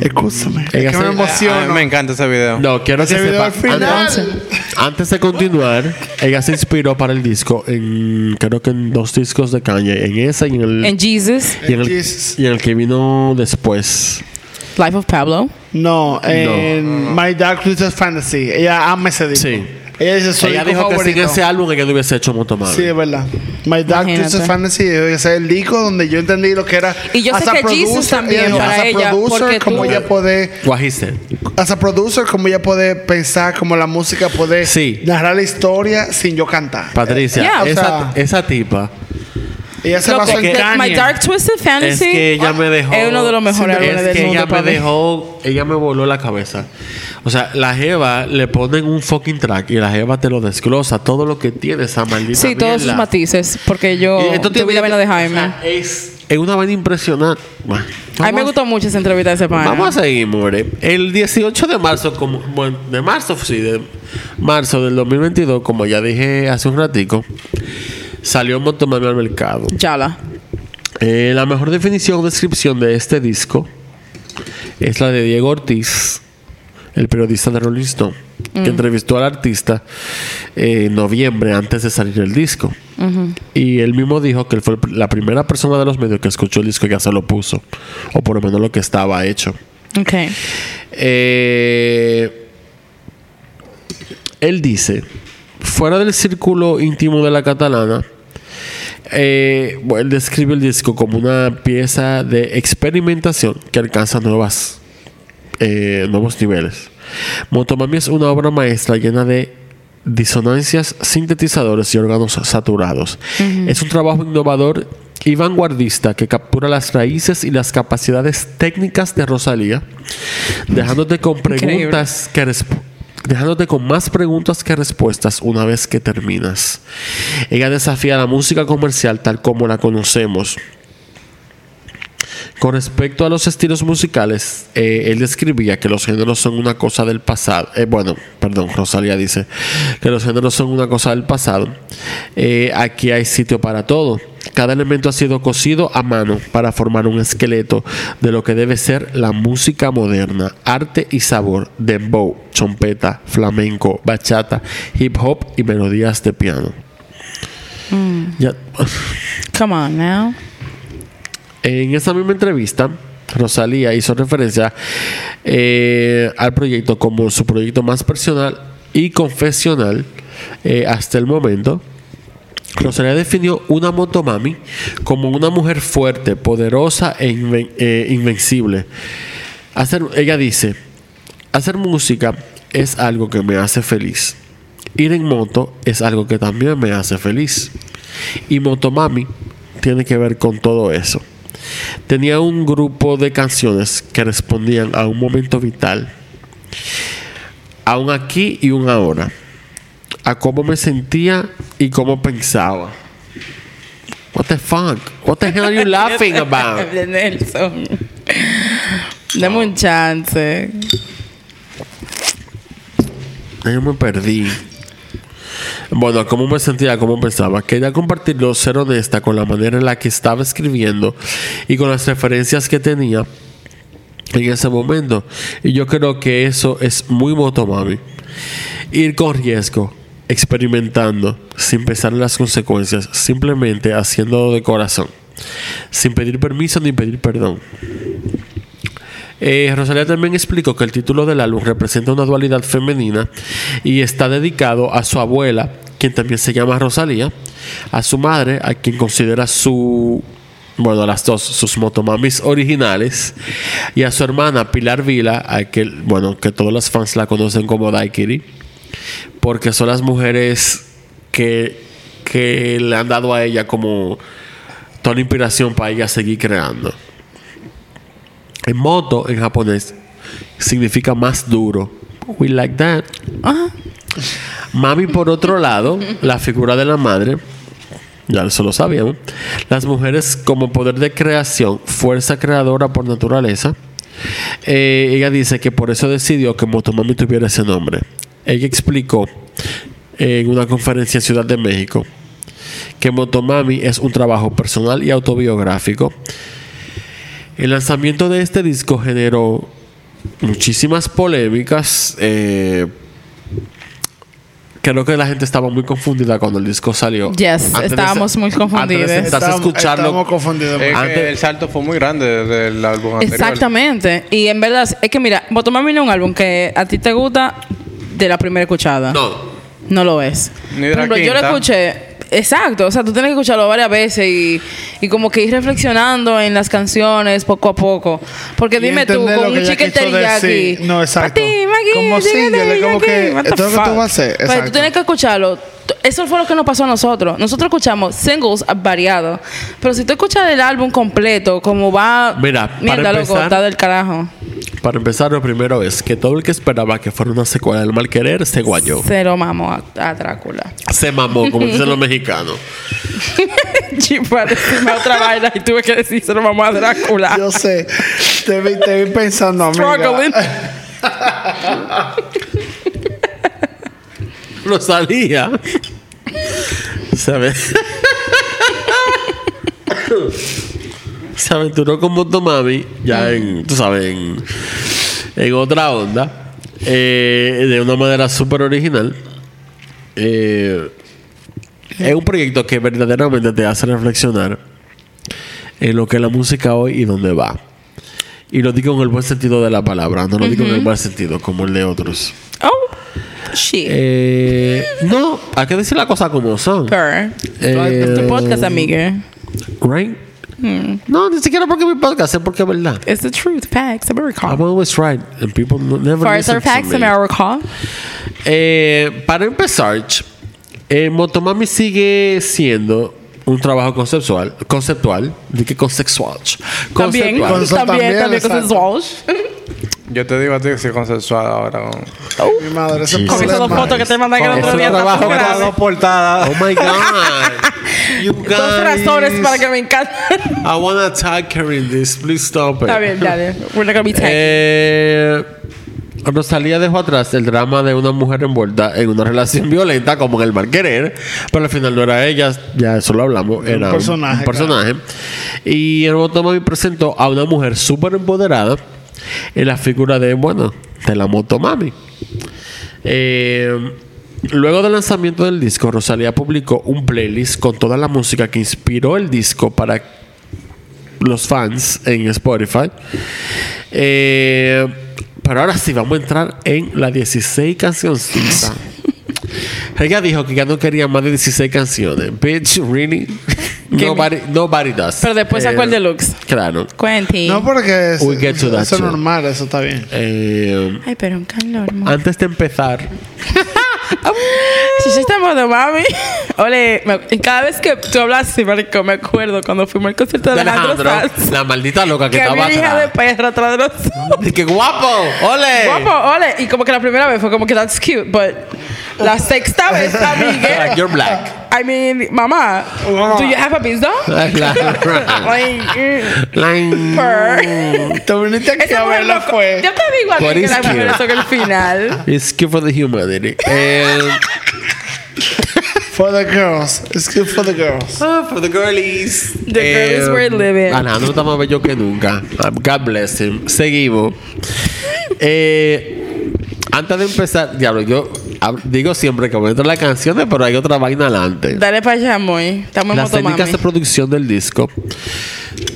Speaker 3: Escúchame. Es
Speaker 4: Ella
Speaker 3: que
Speaker 4: se-
Speaker 3: me
Speaker 5: A mí
Speaker 3: emociono.
Speaker 5: me encanta ese video.
Speaker 4: No, quiero que
Speaker 3: Ese video
Speaker 4: sepa.
Speaker 3: al final.
Speaker 4: Antes, antes de continuar, ella se inspiró para el disco en creo que en dos discos de Kanye, en esa y en el
Speaker 2: En Jesus,
Speaker 4: y en el,
Speaker 3: Jesus.
Speaker 4: y en el que vino después.
Speaker 2: Life of Pablo.
Speaker 3: No, en My Dark Twisted Fantasy. Ella ama ese disco.
Speaker 4: Sí.
Speaker 3: Ella dice su
Speaker 4: ella
Speaker 3: disco
Speaker 4: dijo que sin
Speaker 3: favorito.
Speaker 4: ese álbum ella no hubiese hecho Motomami.
Speaker 3: Sí, es verdad. My Dark
Speaker 2: Imagínate.
Speaker 3: Twisted Fantasy es el disco donde yo entendí lo que era.
Speaker 2: Y yo sé
Speaker 3: as a
Speaker 2: que Jesus también
Speaker 3: dijo,
Speaker 2: para
Speaker 3: as a
Speaker 2: ella,
Speaker 3: Producer,
Speaker 2: porque
Speaker 3: como
Speaker 2: tú-
Speaker 3: ella puede,
Speaker 4: What he said.
Speaker 3: as a producer, como ella puede pensar, como la música puede
Speaker 4: Sí.
Speaker 3: narrar la historia sin yo cantar.
Speaker 4: Patricia,
Speaker 2: Yeah, o
Speaker 4: esa,
Speaker 3: sea-
Speaker 4: esa tipa
Speaker 3: Ella se
Speaker 2: Loco,
Speaker 3: basó en
Speaker 2: the-
Speaker 3: Kanye.
Speaker 2: My Dark Twisted Fantasy
Speaker 4: es que ella me dejó.
Speaker 2: ah, es uno de los mejores
Speaker 4: es
Speaker 2: álbumes del
Speaker 4: que
Speaker 2: mundo
Speaker 4: ella me
Speaker 2: para mí.
Speaker 4: dejó, ella me voló la cabeza. O sea, la Jeva le ponen un fucking track y la Jeva te lo desglosa todo lo que tiene esa maldita.
Speaker 2: Sí, todos sus
Speaker 4: mierda.
Speaker 2: matices, porque yo
Speaker 4: Y esto
Speaker 2: tuve
Speaker 4: tiene-
Speaker 2: la vena de
Speaker 4: o
Speaker 2: Jaime.
Speaker 4: sea, es, es una vaina impresionante. Bueno,
Speaker 2: A mí me
Speaker 4: vamos-
Speaker 2: gustó mucho esa entrevista de ese pana.
Speaker 4: Vamos a seguir, more. El 18 de marzo, como, bueno, de marzo, sí, de marzo del 2022, como ya dije hace un ratico, salió Motomami al mercado.
Speaker 2: Yala.
Speaker 4: Eh, la mejor definición o descripción de este disco es la de Diego Ortiz, el periodista de Rolling Stone, que entrevistó al artista eh, en noviembre antes de salir el disco. Y él mismo dijo que él fue el pr- la primera persona de los medios que escuchó el disco y ya se lo puso, o por lo menos lo que estaba hecho.
Speaker 2: Ok.
Speaker 4: Eh, él dice, fuera del círculo íntimo de la catalana, eh, bueno, él describe el disco como una pieza de experimentación que alcanza nuevas, eh, nuevos niveles. Motomami es una obra maestra llena de disonancias, sintetizadores y órganos saturados. Es un trabajo innovador y vanguardista que captura las raíces y las capacidades técnicas de Rosalía, dejándote con preguntas que resp- dejándote con más preguntas que respuestas una vez que terminas. Ella desafía la música comercial tal como la conocemos. Con respecto a los estilos musicales, eh, él describía que los géneros son una cosa del pasado. Eh, bueno, perdón, Rosalía dice que los géneros son una cosa del pasado. Eh, aquí hay sitio para todo. Cada elemento ha sido cosido a mano para formar un esqueleto de lo que debe ser la música moderna, arte y sabor, dembow, chompeta, flamenco, bachata, hip hop y melodías de piano. Ya,
Speaker 2: Come on now.
Speaker 4: en esa misma entrevista, Rosalía hizo referencia eh, al proyecto como su proyecto más personal y confesional eh, hasta el momento. Rosalía definió una motomami como una mujer fuerte, poderosa e inven- eh, invencible. Hacer, ella dice, hacer música es algo que me hace feliz. Ir en moto es algo que también me hace feliz. Y Motomami tiene que ver con todo eso. Tenía un grupo de canciones que respondían a un momento vital, a un aquí y un ahora, a cómo me sentía y cómo pensaba. What the fuck? What the hell are you laughing about?
Speaker 2: De Nelson. Dame un chance.
Speaker 4: Yo me perdí. Bueno, cómo me sentía, cómo pensaba. Quería compartirlo, ser honesta con la manera en la que estaba escribiendo y con las referencias que tenía en ese momento. Y yo creo que eso es muy motomami. Ir con riesgo, experimentando, sin pensar en las consecuencias, simplemente haciéndolo de corazón, sin pedir permiso ni pedir perdón. Eh, Rosalía también explicó que el título del álbum representa una dualidad femenina y está dedicado a su abuela, quien también se llama Rosalía, a su madre, a quien considera su. Bueno, a las dos, sus motomamis originales, y a su hermana Pilar Vila, a que, bueno, que todos los fans la conocen como Daikiri, porque son las mujeres que, que le han dado a ella como toda la inspiración para ella seguir creando. En moto, en japonés, significa más duro. We like that.
Speaker 2: Ah,
Speaker 4: Mami, por otro lado, la figura de la madre, ya eso lo sabíamos. Las mujeres como poder de creación, fuerza creadora por naturaleza. Eh, ella dice que por eso decidió que Motomami tuviera ese nombre. Ella explicó en una conferencia en Ciudad de México que Motomami es un trabajo personal y autobiográfico. El lanzamiento de este disco generó muchísimas polémicas. eh, creo que la gente estaba muy confundida cuando el disco salió.
Speaker 2: Yes,
Speaker 4: de
Speaker 2: estábamos muy confundidos.
Speaker 4: Antes de sentarse a
Speaker 3: Estamos-
Speaker 4: escucharlo.
Speaker 3: Estamos confundidos.
Speaker 5: Es que
Speaker 4: Antes-
Speaker 5: el salto fue muy grande del álbum anterior.
Speaker 2: Exactamente. Y en verdad, es que mira, Motomami no es un álbum que a ti te gusta de la primera escuchada.
Speaker 4: No,
Speaker 2: No lo es.
Speaker 5: Ni de
Speaker 2: Por
Speaker 5: la
Speaker 2: ejemplo, yo lo
Speaker 5: quinta.
Speaker 2: escuché. Exacto, o sea, tú tienes que escucharlo varias veces y, y como que ir reflexionando en las canciones poco a poco. Porque
Speaker 3: Y
Speaker 2: dime tú,
Speaker 3: entender
Speaker 2: con
Speaker 3: lo que
Speaker 2: un
Speaker 3: ella
Speaker 2: chicken
Speaker 3: quiso
Speaker 2: teriyaki.
Speaker 3: decir. No, exacto.
Speaker 2: "Pati, Maggie,
Speaker 3: Como
Speaker 2: chicken
Speaker 3: single, es como
Speaker 2: teriyaki,
Speaker 3: que
Speaker 2: what the
Speaker 3: esto es lo que tú
Speaker 2: fuck".
Speaker 3: vas a hacer,
Speaker 2: Pero
Speaker 3: exacto.
Speaker 2: tú tienes que escucharlo. T- Eso fue lo que nos pasó a nosotros. Nosotros escuchamos singles variados. Pero si tú escuchas el álbum completo, como va.
Speaker 4: Mira, para
Speaker 2: mierda, loco,
Speaker 4: empezar-
Speaker 2: está del carajo.
Speaker 4: para empezar, lo primero es que todo el que esperaba que fuera una secuela del mal querer se guayó.
Speaker 2: Se lo mamó a, a Drácula.
Speaker 4: Se mamó, como dicen los mexicanos.
Speaker 2: Chipa, decirme otra vaina y tuve que decir, se lo mamó a Drácula.
Speaker 3: Yo oh sé. Te vi, te vi pensando,
Speaker 2: Struggling.
Speaker 3: amiga.
Speaker 4: Lo salía. ¿Sabes? Se aventuró con Motomami, ya en, tú sabes, en, en otra onda, eh, de una manera súper original. Eh, es un proyecto que verdaderamente te hace reflexionar en lo que es la música hoy y dónde va. Y lo digo en el buen sentido de la palabra, no lo digo en el mal sentido, como el de otros.
Speaker 2: Oh, shit.
Speaker 4: Eh, no, hay que decir la cosa como son.
Speaker 2: Per.
Speaker 4: eh,
Speaker 2: tu podcast, amiga.
Speaker 4: Right?
Speaker 2: Hmm.
Speaker 4: No, ni siquiera porque mi podcast, es porque es verdad.
Speaker 2: It's the truth. Facts, America.
Speaker 4: I'm always right and people no- never
Speaker 2: Farts
Speaker 4: listen
Speaker 2: are
Speaker 4: to
Speaker 2: Ah. facts,
Speaker 4: me.
Speaker 2: America.
Speaker 4: Eh, para empezar, ch- eh, Motomami sigue siendo un trabajo conceptual, conceptual, de que conceptual, ch-
Speaker 2: También,
Speaker 4: conceptual.
Speaker 3: Conceptual,
Speaker 2: también, también
Speaker 3: exacto.
Speaker 2: con sus walls.
Speaker 5: Yo te digo a ti que soy consensuado ahora. con-
Speaker 3: Mi madre, ese
Speaker 4: Jesus.
Speaker 2: Con esas dos
Speaker 3: problema.
Speaker 2: fotos que te mandan el
Speaker 4: Con
Speaker 2: otro
Speaker 4: esos
Speaker 2: día.
Speaker 4: trabajos
Speaker 2: tanto
Speaker 4: que
Speaker 2: grave.
Speaker 4: te
Speaker 5: dos portadas.
Speaker 4: Oh my god. You
Speaker 2: Dos razones
Speaker 4: guys.
Speaker 2: para que me encanten.
Speaker 4: I wanna attack her in this. Please stop it.
Speaker 2: Está bien, dale. We're not gonna be tagged.
Speaker 4: Eh, Rosalía dejó atrás el drama de una mujer envuelta en una relación violenta, como en el mal querer, pero al final no era ella, ya eso lo hablamos, era un personaje.
Speaker 3: personaje,
Speaker 4: personaje. Y el Motomami presentó a una mujer súper empoderada en la figura de, bueno, de la Motomami. Eh, luego del lanzamiento del disco, Rosalía publicó un playlist con toda la música que inspiró el disco para los fans en Spotify. Eh, pero ahora sí, vamos a entrar en la 16 cancioncita. Ella dijo que ya no quería más de 16 canciones. Bitch, really? Nobody, nobody does.
Speaker 2: Pero después sacó
Speaker 4: eh,
Speaker 2: el deluxe.
Speaker 4: Claro.
Speaker 2: Quentin.
Speaker 3: No, porque es,
Speaker 4: We get to that
Speaker 3: eso
Speaker 4: shit.
Speaker 3: es normal, eso está bien.
Speaker 4: Eh,
Speaker 2: Ay, pero un calor. mo-
Speaker 4: antes de empezar,
Speaker 2: Si yo estaba de mami. Ole, me- cada vez que tú hablas así, marico, me acuerdo cuando fuimos al concierto de
Speaker 4: de
Speaker 2: Alejandro
Speaker 4: Alejandro,
Speaker 2: Sanz.
Speaker 4: la maldita loca que,
Speaker 2: Que
Speaker 4: estaba
Speaker 2: había hija de
Speaker 4: atrás.
Speaker 2: perra atrás de nosotros.
Speaker 4: ¡Qué guapo! ¡Ole!
Speaker 2: Guapo, ole. Y como que la primera vez fue como que that's cute, but la sexta vez, amiga.
Speaker 4: You're black.
Speaker 2: I mean, mamá, do you have a pizza?
Speaker 4: Like,
Speaker 2: Like, eh,
Speaker 4: like-
Speaker 2: per.
Speaker 3: Te viniste aquí
Speaker 2: Esa
Speaker 3: a
Speaker 2: mujer
Speaker 3: verla
Speaker 2: loco.
Speaker 3: fue.
Speaker 2: Yo te digo a ti
Speaker 4: What
Speaker 2: que
Speaker 4: is
Speaker 2: las mujeres
Speaker 4: cute?
Speaker 2: son el final.
Speaker 4: It's cute for the humanity. Eh,
Speaker 3: For the girls. It's good for the girls.
Speaker 4: Ah, for the girlies.
Speaker 2: The
Speaker 4: eh,
Speaker 2: girlies were living.
Speaker 4: Alejandro está más bello que nunca. Ah, God bless him. Seguimos. Eh, antes de empezar, diablo, yo hab- digo siempre que voy a entrar las canciones, pero hay otra vaina adelante.
Speaker 2: Dale para allá, muy. Estamos en
Speaker 4: Las técnicas
Speaker 2: motomami.
Speaker 4: de producción del disco.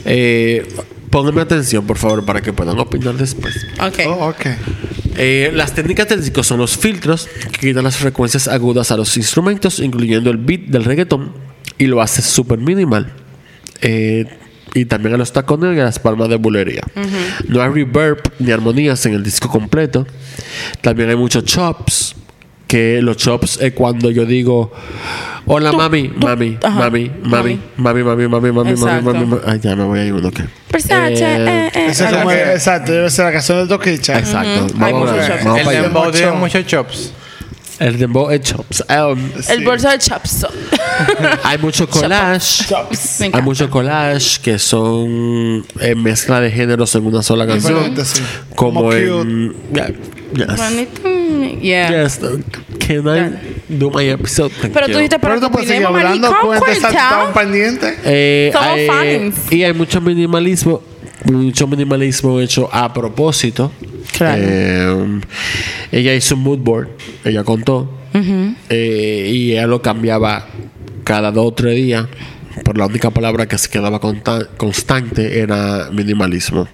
Speaker 4: Eh, pónganme atención, por favor, para que puedan opinar después.
Speaker 2: Ok.
Speaker 3: Oh, ok.
Speaker 4: Eh, las técnicas del disco son los filtros que quitan las frecuencias agudas a los instrumentos, incluyendo el beat del reggaetón, y lo hace súper minimal. Eh, y también a los tacones y a las palmas de bulería. No hay reverb ni armonías en el disco completo. También hay muchos chops. Que los chops es cuando yo digo: Hola, mami, mami,
Speaker 2: ajá,
Speaker 4: mami, mami, mami, mami, mami, mami, mami,
Speaker 2: Exacto.
Speaker 4: mami, mami. Ay, ya me voy a ir uno que.
Speaker 2: Versace,
Speaker 4: Eh,
Speaker 2: eh, eh,
Speaker 3: Esa es
Speaker 2: algo
Speaker 3: como-
Speaker 2: así.
Speaker 3: exacto, debe ser la canción de Toquicha.
Speaker 4: Exacto.
Speaker 2: Hay
Speaker 4: Vamos,
Speaker 2: muchos
Speaker 4: a-
Speaker 2: chops.
Speaker 4: vamos
Speaker 5: El
Speaker 4: para allá.
Speaker 5: dembow tiene
Speaker 3: Ocho.
Speaker 5: muchos chops.
Speaker 4: El dembow es chops. Um,
Speaker 2: El bolso de Chapson.
Speaker 4: hay mucho collage.
Speaker 2: Chops. Me
Speaker 4: Hay
Speaker 2: encanta.
Speaker 4: muchos collage que son eh, mezcla de géneros en una sola canción.
Speaker 3: Diferente, sí.
Speaker 4: Como,
Speaker 3: Como
Speaker 4: en. Yeah, yes.
Speaker 2: Bonito. Yeah.
Speaker 4: Yes, uh, Can I do my episode? Thank
Speaker 2: Pero tú
Speaker 4: you.
Speaker 2: dijiste, pero
Speaker 3: Pero tú puedes seguir
Speaker 2: combinemos
Speaker 3: hablando,
Speaker 2: maricón,
Speaker 3: cuenta esa tan
Speaker 2: cuartao.
Speaker 3: pendiente.
Speaker 4: Eh,
Speaker 2: Somos
Speaker 4: hay-
Speaker 2: fans.
Speaker 4: y hay mucho minimalismo, mucho minimalismo hecho a propósito.
Speaker 2: Claro.
Speaker 4: Eh, ella hizo un mood board, ella contó, Eh, y ella lo cambiaba cada dos o tres días. Por la única palabra que se quedaba consta- constante era minimalismo.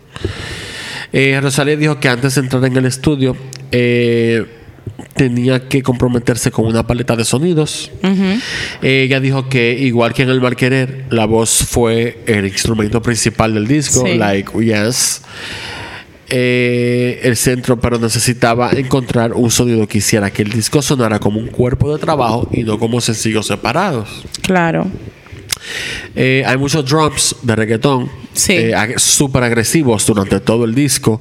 Speaker 4: Eh, Rosalía dijo que antes de entrar en el estudio eh, tenía que comprometerse con una paleta de sonidos. Eh, ella dijo que igual que en el mal querer, la voz fue el instrumento principal del disco,
Speaker 2: Sí.
Speaker 4: like yes. Eh, el centro, pero necesitaba encontrar un sonido que hiciera que el disco sonara como un cuerpo de trabajo y no como sencillos separados.
Speaker 2: Claro.
Speaker 4: Eh, hay muchos drops de reggaetón.
Speaker 2: Sí.
Speaker 4: eh, ag- súper agresivos durante todo el disco.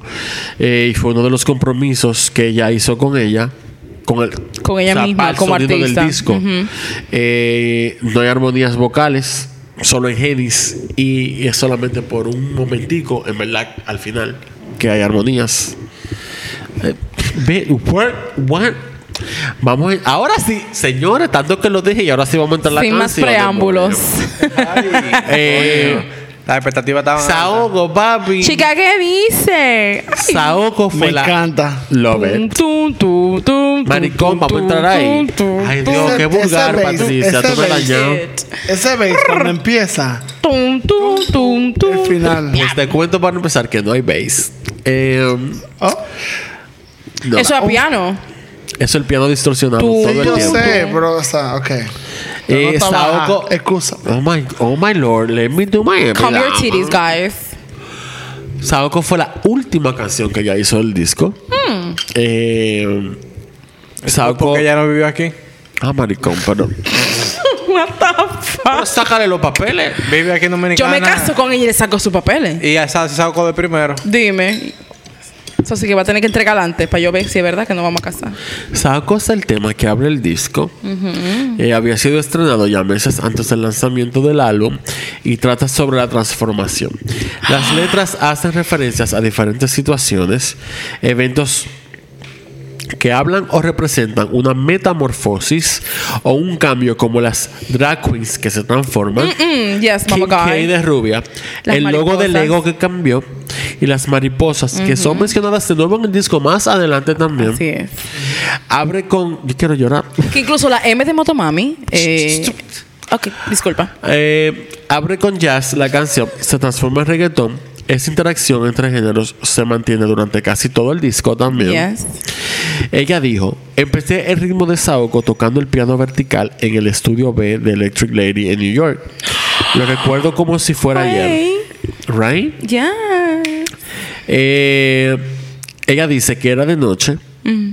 Speaker 4: eh, y fue uno de los compromisos que ella hizo con ella. Con, el,
Speaker 2: Con ella misma,
Speaker 4: para el
Speaker 2: como
Speaker 4: sonido
Speaker 2: artista.
Speaker 4: del disco.
Speaker 2: Ujú.
Speaker 4: Eh, no hay armonías vocales, solo en Genis. Y es solamente por un momentico, en verdad, al final, que hay armonías. Eh, ve- what- what? Vamos a- ahora sí, señores, tanto que lo dije y ahora sí vamos a entrar en la
Speaker 2: Sin más
Speaker 4: canción.
Speaker 2: preámbulos.
Speaker 4: Eh,
Speaker 5: La expectativa estaba.
Speaker 4: Saoco, papi.
Speaker 2: Chica, ¿qué dice? Ay.
Speaker 4: Saoco fue
Speaker 3: Me
Speaker 4: la.
Speaker 3: encanta.
Speaker 4: Love it.
Speaker 2: Tum, tum, tum,
Speaker 4: Maricón,
Speaker 2: tum,
Speaker 4: vamos a
Speaker 2: tum,
Speaker 4: entrar
Speaker 2: tum,
Speaker 4: ahí.
Speaker 2: tum,
Speaker 4: Ay,
Speaker 2: tum,
Speaker 4: Dios,
Speaker 3: Ese-
Speaker 4: qué vulgar,
Speaker 3: ese
Speaker 4: Patricia.
Speaker 3: beso,
Speaker 4: Tú me
Speaker 3: ese beso.
Speaker 4: dañaste.
Speaker 3: Ese bass cuando empieza,
Speaker 2: tum, tum, tum,
Speaker 3: el
Speaker 2: tum.
Speaker 3: final.
Speaker 4: Pues te cuento para empezar que no hay bass. Eh,
Speaker 3: Oh,
Speaker 4: no,
Speaker 2: Eso
Speaker 4: eso,
Speaker 2: es piano.
Speaker 4: es el piano distorsionado
Speaker 2: Tú-
Speaker 4: todo
Speaker 3: sí,
Speaker 4: el
Speaker 3: yo
Speaker 4: tiempo.
Speaker 3: sé, pero, o sea, ok. Pero
Speaker 4: Eh,
Speaker 3: no está baja.
Speaker 4: Saoko-
Speaker 3: Excusa.
Speaker 4: Oh my, oh my lord, let me do my
Speaker 2: Come your titties, guys.
Speaker 4: Saoko fue la última canción que ella hizo del disco.
Speaker 2: Hmm.
Speaker 4: Eh, Saoko.
Speaker 5: Porque ella no vivió aquí.
Speaker 4: Ah, maricón, perdón.
Speaker 2: What the fuck?
Speaker 4: Pero sácale los papeles.
Speaker 5: Vive aquí en
Speaker 2: Yo
Speaker 5: Dominicana.
Speaker 2: me caso con ella y le saco sus papeles.
Speaker 5: Y esa se sacó de primero.
Speaker 2: Dime. Eso sí que va a tener que entregar antes para yo ver si es verdad que nos vamos a casar.
Speaker 4: Saco es el tema que abre el disco. Eh, había sido estrenado ya meses antes del lanzamiento del álbum y trata sobre la transformación.
Speaker 2: Ah.
Speaker 4: Las letras hacen referencias a diferentes situaciones, eventos que hablan o representan una metamorfosis o un cambio como las drag queens que se transforman.
Speaker 2: Mm, yes,
Speaker 4: Kim
Speaker 2: mama
Speaker 4: K
Speaker 2: guy.
Speaker 4: de rubia,
Speaker 2: Las
Speaker 4: el logo
Speaker 2: mariposas.
Speaker 4: del Lego que cambió y las mariposas que son mencionadas de nuevo en el disco más adelante también.
Speaker 2: Así es.
Speaker 4: Abre con. Yo quiero llorar.
Speaker 2: Que incluso la M de Motomami. Eh, ok, disculpa.
Speaker 4: Eh, abre con jazz la canción, se transforma en reggaetón. Esa interacción entre géneros se mantiene durante casi todo el disco también.
Speaker 2: Yes.
Speaker 4: Ella dijo: Empecé el ritmo de Saoko tocando el piano vertical en el estudio B de Electric Lady en New York. Lo recuerdo como si fuera ayer.
Speaker 2: Hey,
Speaker 4: ¿Right?
Speaker 2: ya.
Speaker 4: Eh, ella dice que era de noche
Speaker 2: Mm.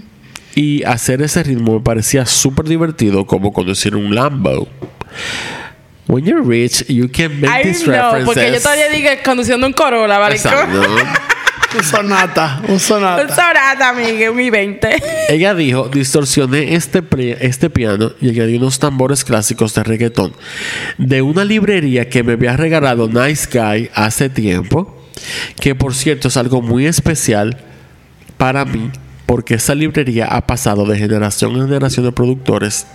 Speaker 4: y hacer ese ritmo me parecía súper divertido como conducir un Lambo. When you're rich, you can make
Speaker 2: Ay,
Speaker 4: these
Speaker 2: no,
Speaker 4: references.
Speaker 2: porque yo todavía dije conduciendo un Corolla, ¿vale?
Speaker 4: Exacto.
Speaker 3: Un sonata, un
Speaker 2: Un
Speaker 3: sonata.
Speaker 2: Sonata, amigue, un I-20.
Speaker 4: Ella dijo, distorsioné este, pri- este piano y añadí unos tambores clásicos de reggaetón de una librería que me había regalado Nice Guy hace tiempo, que por cierto es algo muy especial para mí, porque esa librería ha pasado de generación en generación de productores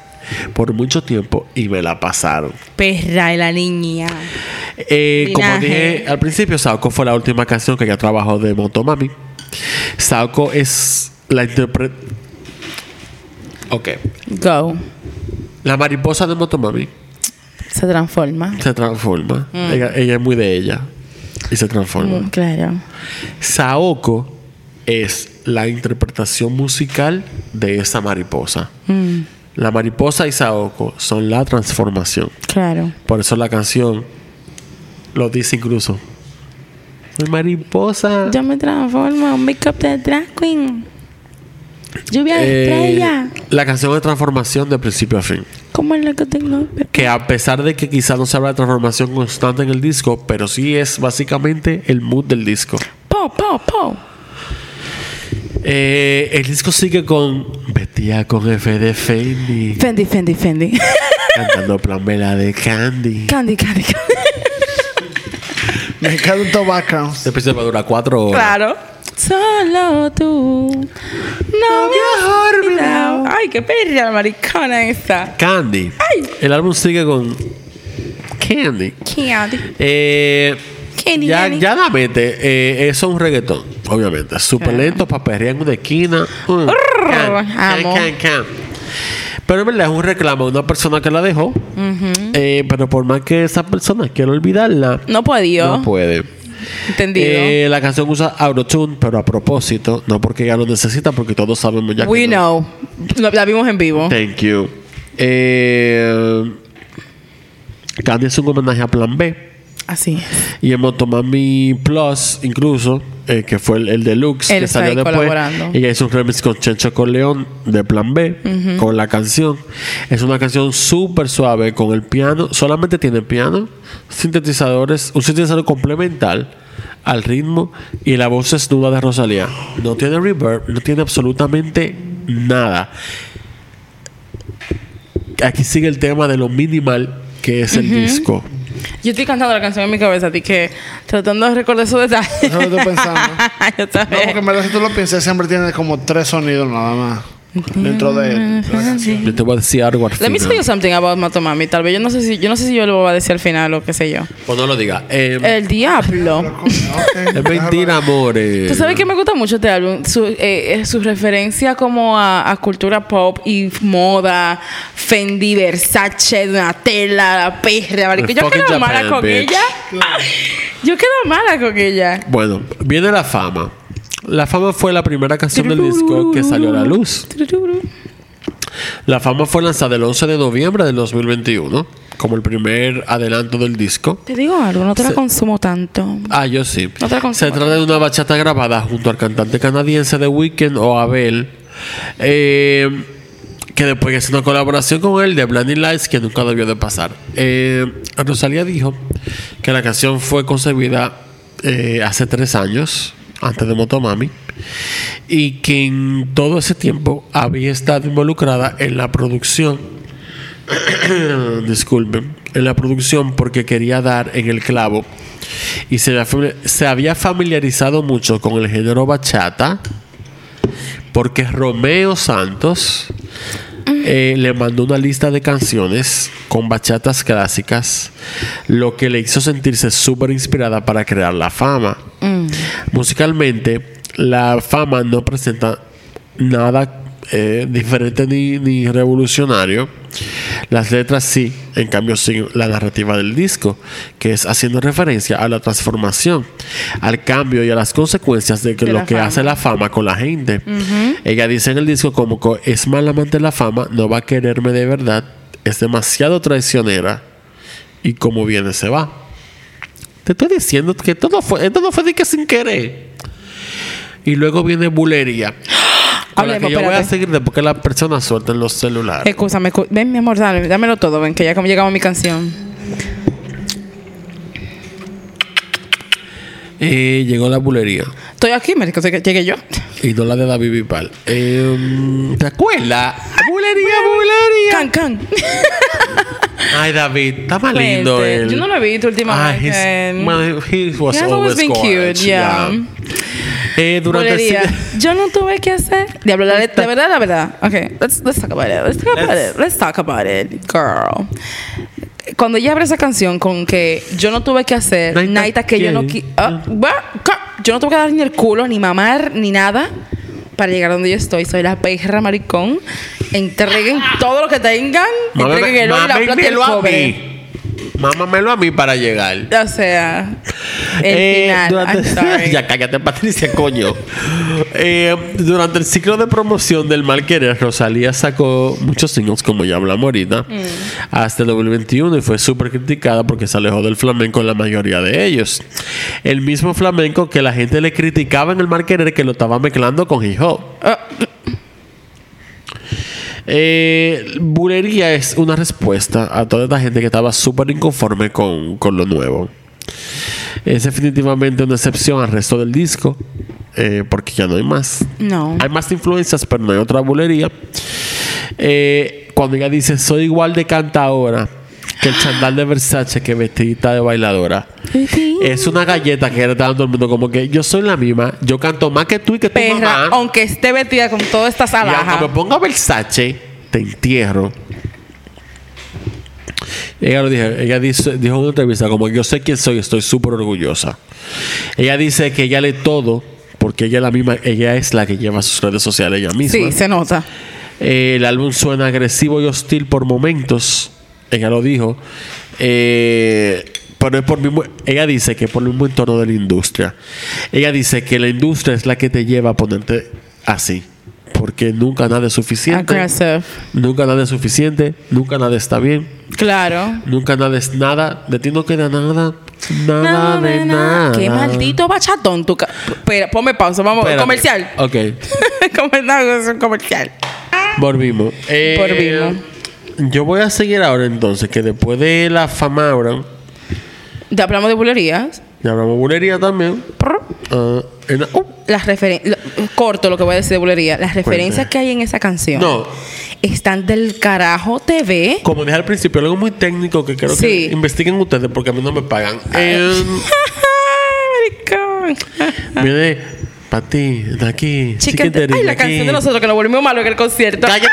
Speaker 4: por mucho tiempo y me la pasaron.
Speaker 2: Perra y la niña.
Speaker 4: Eh, como
Speaker 2: Linaje.
Speaker 4: dije al principio, Saoko fue la última canción que ella trabajó de Motomami. Saoko es la intérprete. Ok.
Speaker 2: Go.
Speaker 4: La mariposa de Motomami
Speaker 2: Se transforma.
Speaker 4: se transforma. Ella, ella es muy de ella y se transforma.
Speaker 2: Mm, claro.
Speaker 4: Saoko es la interpretación musical de esa mariposa.
Speaker 2: Mm,
Speaker 4: La mariposa y Saoko son la transformación.
Speaker 2: claro.
Speaker 4: Por eso la canción lo dice incluso. Mariposa.
Speaker 2: Yo me transformo. Un make-up de drag queen. Lluvia de
Speaker 4: Eh,
Speaker 2: estrella.
Speaker 4: la canción de transformación de principio a fin.
Speaker 2: ¿Cómo es lo que tengo?
Speaker 4: Que a pesar de que quizás no se habla de transformación constante en el disco, pero sí es básicamente el mood del disco.
Speaker 2: Po, po, po.
Speaker 4: Eh, el disco sigue con Betía con F de Fendi.
Speaker 2: Fendi, Fendi, Fendi.
Speaker 4: cantando Plan B, la de Candy.
Speaker 2: Candy, Candy, Candy.
Speaker 3: Me encantan todos backgrounds.
Speaker 4: Este episodio va a durar cuatro horas.
Speaker 2: Claro. Solo tú. No me has olvidado. Ay, qué perra la maricona esa.
Speaker 4: Candy.
Speaker 2: Ay.
Speaker 4: El álbum sigue con Candy.
Speaker 2: Candy.
Speaker 4: Eh,
Speaker 2: Candy,
Speaker 4: ya,
Speaker 2: Candy.
Speaker 4: ya la mete. Eh, eso es un reggaetón, obviamente. Súper lento, para perrear en una esquina. Mm, can, can,
Speaker 2: amo.
Speaker 4: can, can. Pero en verdad es un reclamo de una persona que la dejó. Eh, pero por más que esa persona quiera olvidarla,
Speaker 2: No podía.
Speaker 4: no puede.
Speaker 2: Entendido.
Speaker 4: Eh, la canción usa Autotune, pero a propósito, no porque ya lo necesita, porque todos sabemos ya
Speaker 2: We
Speaker 4: que no.
Speaker 2: know. Lo- La vimos en vivo.
Speaker 4: Thank you. Eh, Candy es un homenaje a Plan B.
Speaker 2: Así es.
Speaker 4: Y en Motomami Plus, incluso, eh, que fue el, el deluxe
Speaker 2: Él
Speaker 4: que
Speaker 2: está
Speaker 4: salió
Speaker 2: ahí
Speaker 4: después.
Speaker 2: colaborando.
Speaker 4: Ella hizo un remix con Chencho Corleón de Plan B, con la canción. Es una canción súper suave con el piano. Solamente tiene piano, sintetizadores, un sintetizador complemental al ritmo y la voz desnuda de Rosalía. No tiene reverb, no tiene absolutamente nada. Aquí sigue el tema de lo minimal que es el disco.
Speaker 2: Yo estoy cantando la canción en mi cabeza, así que tratando de recordar esos detalles.
Speaker 3: Eso lo estoy pensando.
Speaker 2: Yo
Speaker 3: No,
Speaker 2: también.
Speaker 3: porque en verdad, si tú lo piensas, siempre tiene como tres sonidos nada más. Dentro de de la canción.
Speaker 4: Yo te voy a decir algo al
Speaker 2: Let me
Speaker 4: final.
Speaker 2: tell you something about Matomami. Tal vez yo no sé si yo no sé si yo lo voy a decir al final o qué sé yo.
Speaker 4: Pues no lo diga. Eh,
Speaker 2: El diablo.
Speaker 4: es mentira, amores.
Speaker 2: Tú sabes que me gusta mucho este álbum. Su, eh, eh, su referencia como a, a cultura pop y moda, Fendi, Versace, Donatella, la perra, marico. Yo
Speaker 4: Fucking
Speaker 2: quedo
Speaker 4: Japan,
Speaker 2: mala con
Speaker 4: bitch.
Speaker 2: ella. Yo quedo mala con ella.
Speaker 4: Bueno, viene la fama. La fama fue la primera canción del disco que salió a la luz. La fama fue lanzada el 11 de noviembre del 2021, como el primer adelanto del disco.
Speaker 2: Te digo algo, no te la consumo tanto.
Speaker 4: Ah, yo sí.
Speaker 2: No te la consumo.
Speaker 4: Se trata de una bachata grabada junto al cantante canadiense The Weeknd o Abel, eh, que después hizo una colaboración con él de Blinding Lights que nunca debió de pasar. Eh, Rosalía dijo que la canción fue concebida eh, hace tres años, antes de Motomami, y que en todo ese tiempo había estado involucrada en la producción disculpen, en la producción porque quería dar en el clavo y se, la fami- se había familiarizado mucho con el género bachata porque Romeo Santos eh, le mandó una lista de canciones con bachatas clásicas, lo que le hizo sentirse súper inspirada para crear la fama.
Speaker 2: Mm.
Speaker 4: Musicalmente, la fama no presenta nada eh, diferente ni, ni revolucionario. Las letras sí, en cambio sí la narrativa del disco, que es haciendo referencia a la transformación, al cambio y a las consecuencias de, que
Speaker 2: De
Speaker 4: lo
Speaker 2: la
Speaker 4: que
Speaker 2: fama.
Speaker 4: hace la fama con la gente. Ella dice en el disco como co- es mal amante de la fama, no va a quererme de verdad, es demasiado traicionera y como viene se va. Te estoy diciendo que todo fue, esto no fue de que sin querer. Y luego viene bulería. Con la
Speaker 2: Hablemos,
Speaker 4: que yo voy a
Speaker 2: espérate.
Speaker 4: seguir después que las personas suelten los celulares.
Speaker 2: Escúchame, escu- ven mi amor, dale, dámelo todo, ven que ya como llegamos a mi canción.
Speaker 4: Eh, llegó la bulería.
Speaker 2: Estoy aquí, marico, así que llegué yo.
Speaker 4: Y no la de David Vival. Eh, ¿Te acuerdas? Bulería, bulería.
Speaker 2: Can, can.
Speaker 4: Ay, David, está más lindo
Speaker 2: Vente.
Speaker 4: él.
Speaker 2: Yo no lo he visto últimamente.
Speaker 4: Ah, he's- well, he was
Speaker 2: He has
Speaker 4: always
Speaker 2: always been
Speaker 4: gorgeous,
Speaker 2: cute, yeah.
Speaker 4: Eh, durante el
Speaker 2: Bulería.
Speaker 4: si-
Speaker 2: Yo no tuve que hacer. Diablo, la, de verdad, la verdad. Ok, let's, let's talk about it. Let's talk about
Speaker 4: Let's-
Speaker 2: it. Let's talk about it, girl. Cuando ella abre esa canción con que yo no tuve que hacer
Speaker 4: Naita,
Speaker 2: Naita que yo no
Speaker 4: ¿quién?
Speaker 2: qui- ah, bah, ca- yo no tuve que dar ni el culo, ni mamar, ni nada para llegar donde yo estoy. Soy la perra maricón. Entreguen todo lo que tengan. Entreguen el oro y la plata y el
Speaker 4: Mámamelo a
Speaker 2: cobre.
Speaker 4: mí. Mámamelo a mí para llegar.
Speaker 2: O sea, el
Speaker 4: Eh,
Speaker 2: final.
Speaker 4: durante-
Speaker 2: I'm sorry.
Speaker 4: ya cállate, Patricia, coño. Eh, durante el ciclo de promoción del Mal Querer, Rosalía sacó muchos singles, como ya hablamos ahorita,
Speaker 2: Mm.
Speaker 4: hasta el 2021 y fue súper criticada porque se alejó del flamenco en la mayoría de ellos. El mismo flamenco que la gente le criticaba en el Mal Querer que lo estaba mezclando con hip hop.
Speaker 2: Ah.
Speaker 4: Eh, bulería es una respuesta a toda esta gente que estaba súper inconforme con, con lo nuevo. Es definitivamente una excepción al resto del disco. eh, porque ya no hay más.
Speaker 2: No.
Speaker 4: Hay más influencias, pero no hay otra bulería. Eh, cuando ella dice, soy igual de cantadora que el chandal de Versace que vestidita de bailadora. Es una galleta que le está dando el mundo como que yo soy la misma, yo canto más que tú y que tu
Speaker 2: Perra,
Speaker 4: mamá.
Speaker 2: aunque esté vestida con todas estas
Speaker 4: Y aunque
Speaker 2: alhajas.
Speaker 4: me ponga Versace, te entierro. Ella lo dije, ella dice, dijo en una entrevista como yo sé quién soy, estoy súper orgullosa. Ella dice que ella lee todo porque ella es la misma, ella es la que lleva sus redes sociales ella misma.
Speaker 2: Sí, se nota.
Speaker 4: Eh, el álbum suena agresivo y hostil por momentos. Ella lo dijo. Eh, pero es por mismo- ella dice que por el mismo entorno de la industria. Ella dice que la industria es la que te lleva a ponerte así. Porque nunca nada es suficiente.
Speaker 2: Aggressive.
Speaker 4: Nunca nada es suficiente. Nunca nada está bien.
Speaker 2: Claro.
Speaker 4: Nunca nada es nada. De ti no queda nada. Nada de nada.
Speaker 2: Qué maldito bachatón. Tu ca- Espera, ponme pausa. Vamos,
Speaker 4: Espérate.
Speaker 2: comercial.
Speaker 4: Ok.
Speaker 2: Comer- no, es un comercial.
Speaker 4: Volvimos. Eh, Yo voy a seguir ahora entonces, que después de la fama ahora,
Speaker 2: Ya hablamos de bulerías.
Speaker 4: ya hablamos bulería también.
Speaker 2: Prr.
Speaker 4: Ah, en- uh,
Speaker 2: Las referen- lo- corto lo que voy a decir de bulería. Las referencias que hay en esa canción
Speaker 4: No.
Speaker 2: están del carajo TV.
Speaker 4: como dije al principio, algo muy técnico que creo
Speaker 2: Sí.
Speaker 4: que investiguen ustedes porque a mí no me pagan. Em,
Speaker 2: Maricón.
Speaker 4: viene para ti, de aquí.
Speaker 2: Chicken- Ay, la canción de nosotros que nos volvimos malos en el concierto.
Speaker 4: ¡Cállate!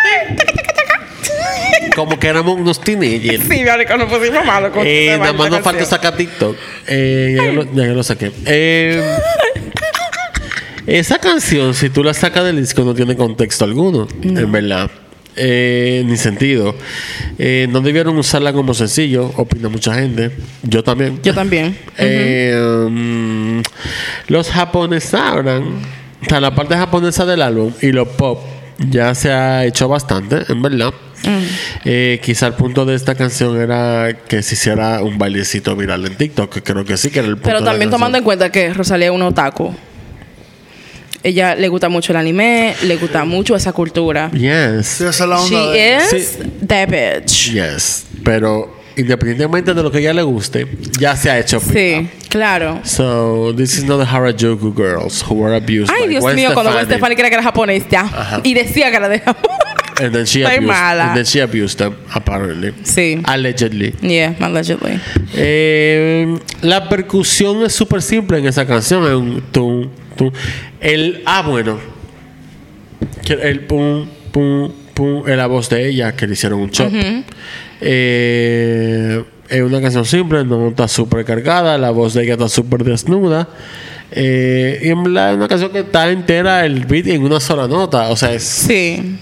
Speaker 4: como que éramos unos teenagers.
Speaker 2: Sí, maricón, nos pusimos malos con
Speaker 4: Eh,
Speaker 2: esa
Speaker 4: nada más
Speaker 2: maldita
Speaker 4: nos falta
Speaker 2: canción.
Speaker 4: sacar TikTok. Eh, ya, yo lo, ya yo lo saqué. Eh, esa canción, si tú la sacas del disco, no tiene contexto alguno, en verdad. Eh, ni sentido. Eh, no debieron usarla como sencillo, opina mucha gente. Yo también.
Speaker 2: Yo también.
Speaker 4: Eh, mm, los japoneses sabrán. O sea, la parte japonesa del álbum y los pop ya se ha hecho bastante, en verdad.
Speaker 2: Mm.
Speaker 4: Eh, quizá el punto de esta canción era que se hiciera un bailecito viral en TikTok, que creo que sí que era el punto.
Speaker 2: Pero también tomando en
Speaker 4: en
Speaker 2: cuenta que Rosalía es una otaku. Ella le gusta mucho el anime, le gusta mucho esa cultura.
Speaker 3: Sí,
Speaker 4: Yes,
Speaker 3: esa es la onda de-
Speaker 2: She is
Speaker 4: Sí.
Speaker 2: that bitch.
Speaker 4: yes. Pero independientemente de lo que a ella le guste, ya se ha hecho.
Speaker 2: Sí, claro.
Speaker 4: So, this is not the Harajuku girls who were abused.
Speaker 2: Ay,
Speaker 4: by
Speaker 2: Dios
Speaker 4: Gwen
Speaker 2: mío, cuando Gwen
Speaker 4: Stefani.
Speaker 2: Stefani creía que era japonesa
Speaker 4: Ajá.
Speaker 2: y decía que era de Japón.
Speaker 4: And then she
Speaker 2: Estoy
Speaker 4: abused,
Speaker 2: mala.
Speaker 4: And then she Ah. abused them, apparently.
Speaker 2: Sí.
Speaker 4: Allegedly.
Speaker 2: Yeah, allegedly.
Speaker 4: Eh, la percusión es súper simple en esa canción. Es un tum, tum. El ah, bueno. Que El pum, pum, pum. Es la voz de ella que le hicieron un chop. Eh, es una canción simple, no está súper cargada. La voz de ella está súper desnuda. Eh, y en verdad es una canción que está entera el beat en una sola nota. O sea, es.
Speaker 2: Sí.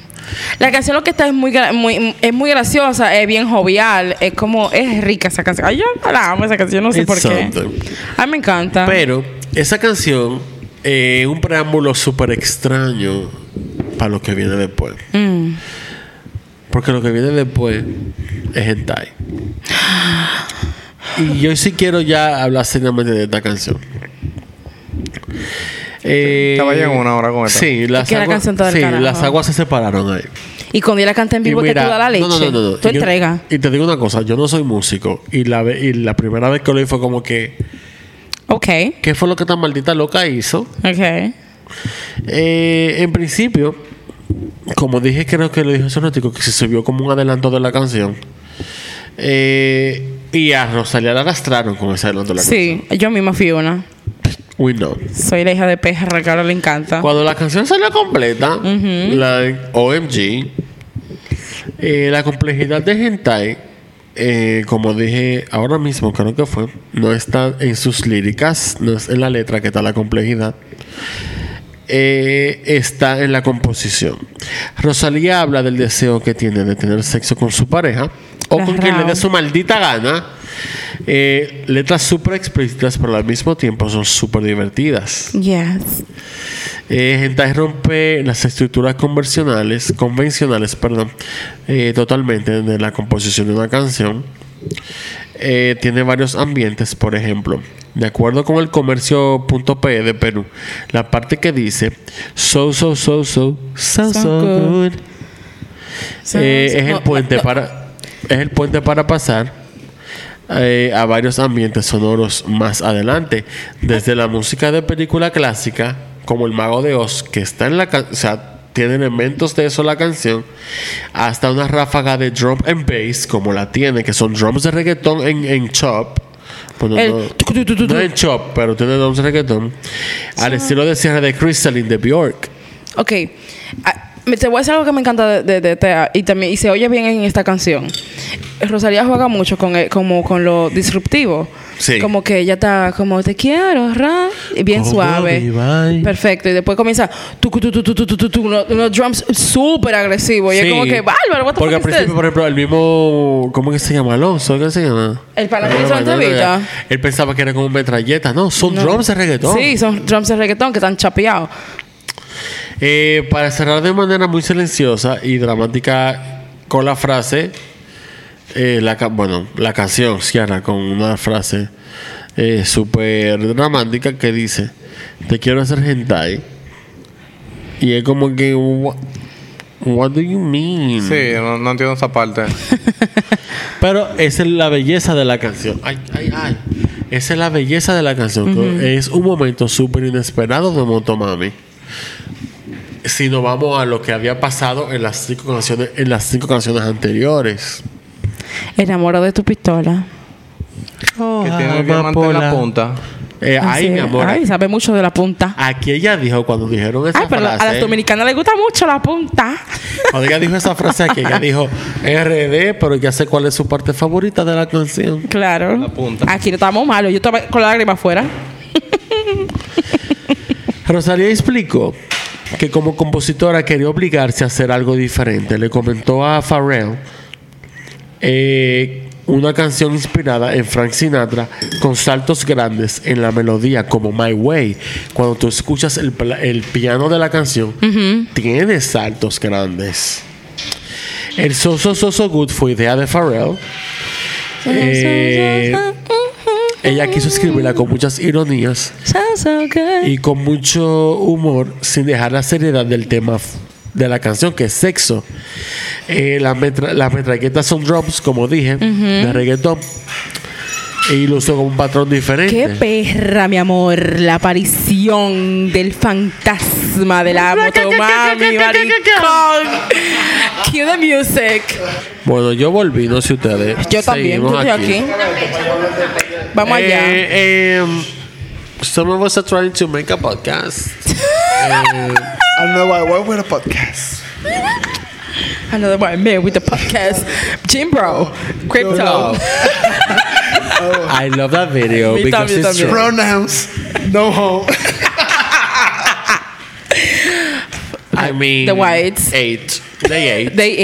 Speaker 2: La canción lo que está es muy, gra- muy es muy graciosa, es bien jovial, es como es rica esa canción. Ay, yo la amo esa canción, no sé
Speaker 4: It's
Speaker 2: por qué.
Speaker 4: something.
Speaker 2: Ay, me encanta.
Speaker 4: Pero esa canción eh, es un preámbulo súper extraño para lo que viene después.
Speaker 2: Mm.
Speaker 4: Porque lo que viene después es hentai. Y yo sí quiero ya hablar seriamente de esta canción. Eh,
Speaker 5: Te vayan una hora con esta.
Speaker 4: Sí, las,
Speaker 2: que la
Speaker 4: aguas-
Speaker 2: canción está del
Speaker 4: sí,
Speaker 2: carajo.
Speaker 4: las aguas se separaron ahí.
Speaker 2: Y cuando ella canta en
Speaker 4: Y
Speaker 2: vivo que
Speaker 4: mira,
Speaker 2: tú das la leche.
Speaker 4: No, no, no, no, no.
Speaker 2: Tú
Speaker 4: Y yo-
Speaker 2: entregas.
Speaker 4: Y te digo una cosa, yo no soy músico. Y la, ve- y la primera vez que lo vi fue como que,
Speaker 2: Ok.
Speaker 4: ¿qué fue lo que esta maldita loca hizo?
Speaker 2: Ok.
Speaker 4: Eh, en principio, como dije, creo que lo dijo Sonótico, que se subió como un adelanto de la canción. Eh, y a Rosalía la arrastraron con ese adelanto de la
Speaker 2: Sí, yo misma fui una.
Speaker 4: canción. We know.
Speaker 2: Soy la hija de perra que ahora le encanta.
Speaker 4: Cuando la canción salió completa, la OMG, eh, la complejidad de Hentai, eh, como dije ahora mismo, creo que fue, no está en sus líricas, no es en la letra que está la complejidad. eh, está en la composición. Rosalía habla del deseo que tiene de tener sexo con su pareja o
Speaker 2: La
Speaker 4: con quien le
Speaker 2: Raúl.
Speaker 4: dé su maldita gana. Eh, letras súper explícitas, pero al mismo tiempo son súper divertidas.
Speaker 2: Yes.
Speaker 4: Eh, Hentai rompe las estructuras convencionales, convencionales perdón, eh, totalmente de la composición de una canción. Eh, tiene varios ambientes, por ejemplo. De acuerdo con el comercio.pe de Perú, la parte que dice so, so, so, so, so,
Speaker 2: So
Speaker 4: so
Speaker 2: good.
Speaker 4: good. Eh, es el puente para es el puente para pasar eh, a varios ambientes sonoros más adelante desde la música de película clásica como el mago de Oz, que está en la canción, o sea, tiene elementos de eso la canción, hasta una ráfaga de drum and bass, como la tiene, que son drums de reggaetón en, en chop. Bueno,
Speaker 2: El
Speaker 4: no,
Speaker 2: tucu, tu, tu, tu,
Speaker 4: no
Speaker 2: tu.
Speaker 4: en chop, pero tiene drums de reggaetón. Al estilo de cierre de Crystalline de Bjork.
Speaker 2: Ok. Ah, me- te voy a decir algo que me encanta de, de- de Tea y también y se oye bien en esta canción. Rosalía juega mucho con el- como con lo disruptivo.
Speaker 4: Sí.
Speaker 2: Como que ella está como te quiero, ra, y bien
Speaker 4: Como
Speaker 2: suave.
Speaker 4: Levi.
Speaker 2: Perfecto. Y después comienza tu, tu, tu, tu, tu, tu, tu, tu, unos, unos drums súper agresivos. Y
Speaker 4: Sí.
Speaker 2: es como que bárbaro, what the
Speaker 4: Porque al
Speaker 2: fuck is this?"
Speaker 4: principio, por ejemplo, el mismo. ¿Cómo que se llama? Alonso, ¿qué se llama?
Speaker 2: El pana que
Speaker 4: Ah,
Speaker 2: hizo la
Speaker 4: no, no,
Speaker 2: entrevista.
Speaker 4: no. Él pensaba que era como metralleta. No, son
Speaker 2: No.
Speaker 4: drums de reggaetón.
Speaker 2: Sí, son drums de reggaetón que están chapeados.
Speaker 4: Eh, para cerrar de manera muy silenciosa y dramática con la frase, eh, la ca- bueno, la canción cierra con una frase eh, súper dramática que dice, te quiero hacer hentai. Y es como que, "Wha- what do you mean?
Speaker 3: Mm.
Speaker 5: Sí, no, no entiendo esa parte.
Speaker 4: Pero esa es la belleza de la canción. Ay, ay, ay. Esa es la belleza de la canción. que Es un momento súper inesperado de Motomami. Si nos vamos a lo que había pasado en las cinco canciones, en las cinco canciones anteriores.
Speaker 2: Enamorado de tu pistola. Oh,
Speaker 5: que
Speaker 4: Ah,
Speaker 5: tiene el diamante en la punta.
Speaker 4: Eh, ay,
Speaker 2: Así
Speaker 4: mi
Speaker 2: es.
Speaker 4: amor.
Speaker 2: Ay, sabe mucho de la punta.
Speaker 4: Aquí ella dijo cuando dijeron esa
Speaker 2: Ay, pero
Speaker 4: frase.
Speaker 2: a las dominicanas les gusta mucho la punta.
Speaker 4: Cuando ella dijo esa frase aquí, ella dijo RD, pero ya sé cuál es su parte favorita de la canción.
Speaker 2: Claro.
Speaker 5: La punta.
Speaker 2: Aquí no estamos malos. Yo estaba con la lágrima afuera.
Speaker 4: Rosalía explicó que como compositora quería obligarse a hacer algo diferente. Le comentó a Pharrell eh, una canción inspirada en Frank Sinatra con saltos grandes en la melodía como My Way. Cuando tú escuchas el, pla- el piano de la canción, tiene saltos grandes. El So So So So Good fue idea de Pharrell. Eh, ella quiso escribirla con muchas ironías
Speaker 2: Sounds so good.
Speaker 4: y con mucho humor, sin dejar la seriedad del tema f- de la canción, que es sexo. Eh, las, metra- las metralletas son drops, como dije, de reggaetón. Y lo usó con un patrón
Speaker 2: Qué
Speaker 4: diferente.
Speaker 2: perra, mi amor. La aparición del fantasma de la motomami, maricón. Cue the music.
Speaker 4: bueno, yo volví, no sé ustedes.
Speaker 2: Yo también.
Speaker 4: Seguimos
Speaker 2: Yo estoy aquí. Vamos
Speaker 4: Eh,
Speaker 2: allá.
Speaker 4: eh, some of us are trying to make a podcast.
Speaker 3: I don't know why, why we're a podcast.
Speaker 2: Another one man with the podcast. Jim Bro. Crypto.
Speaker 4: I love that video
Speaker 2: Oh. Me
Speaker 4: because
Speaker 2: también,
Speaker 4: it's
Speaker 2: también.
Speaker 4: true.
Speaker 3: Pronouns, no home.
Speaker 4: I mean,
Speaker 2: The whites.
Speaker 4: Eight. They ate.
Speaker 2: They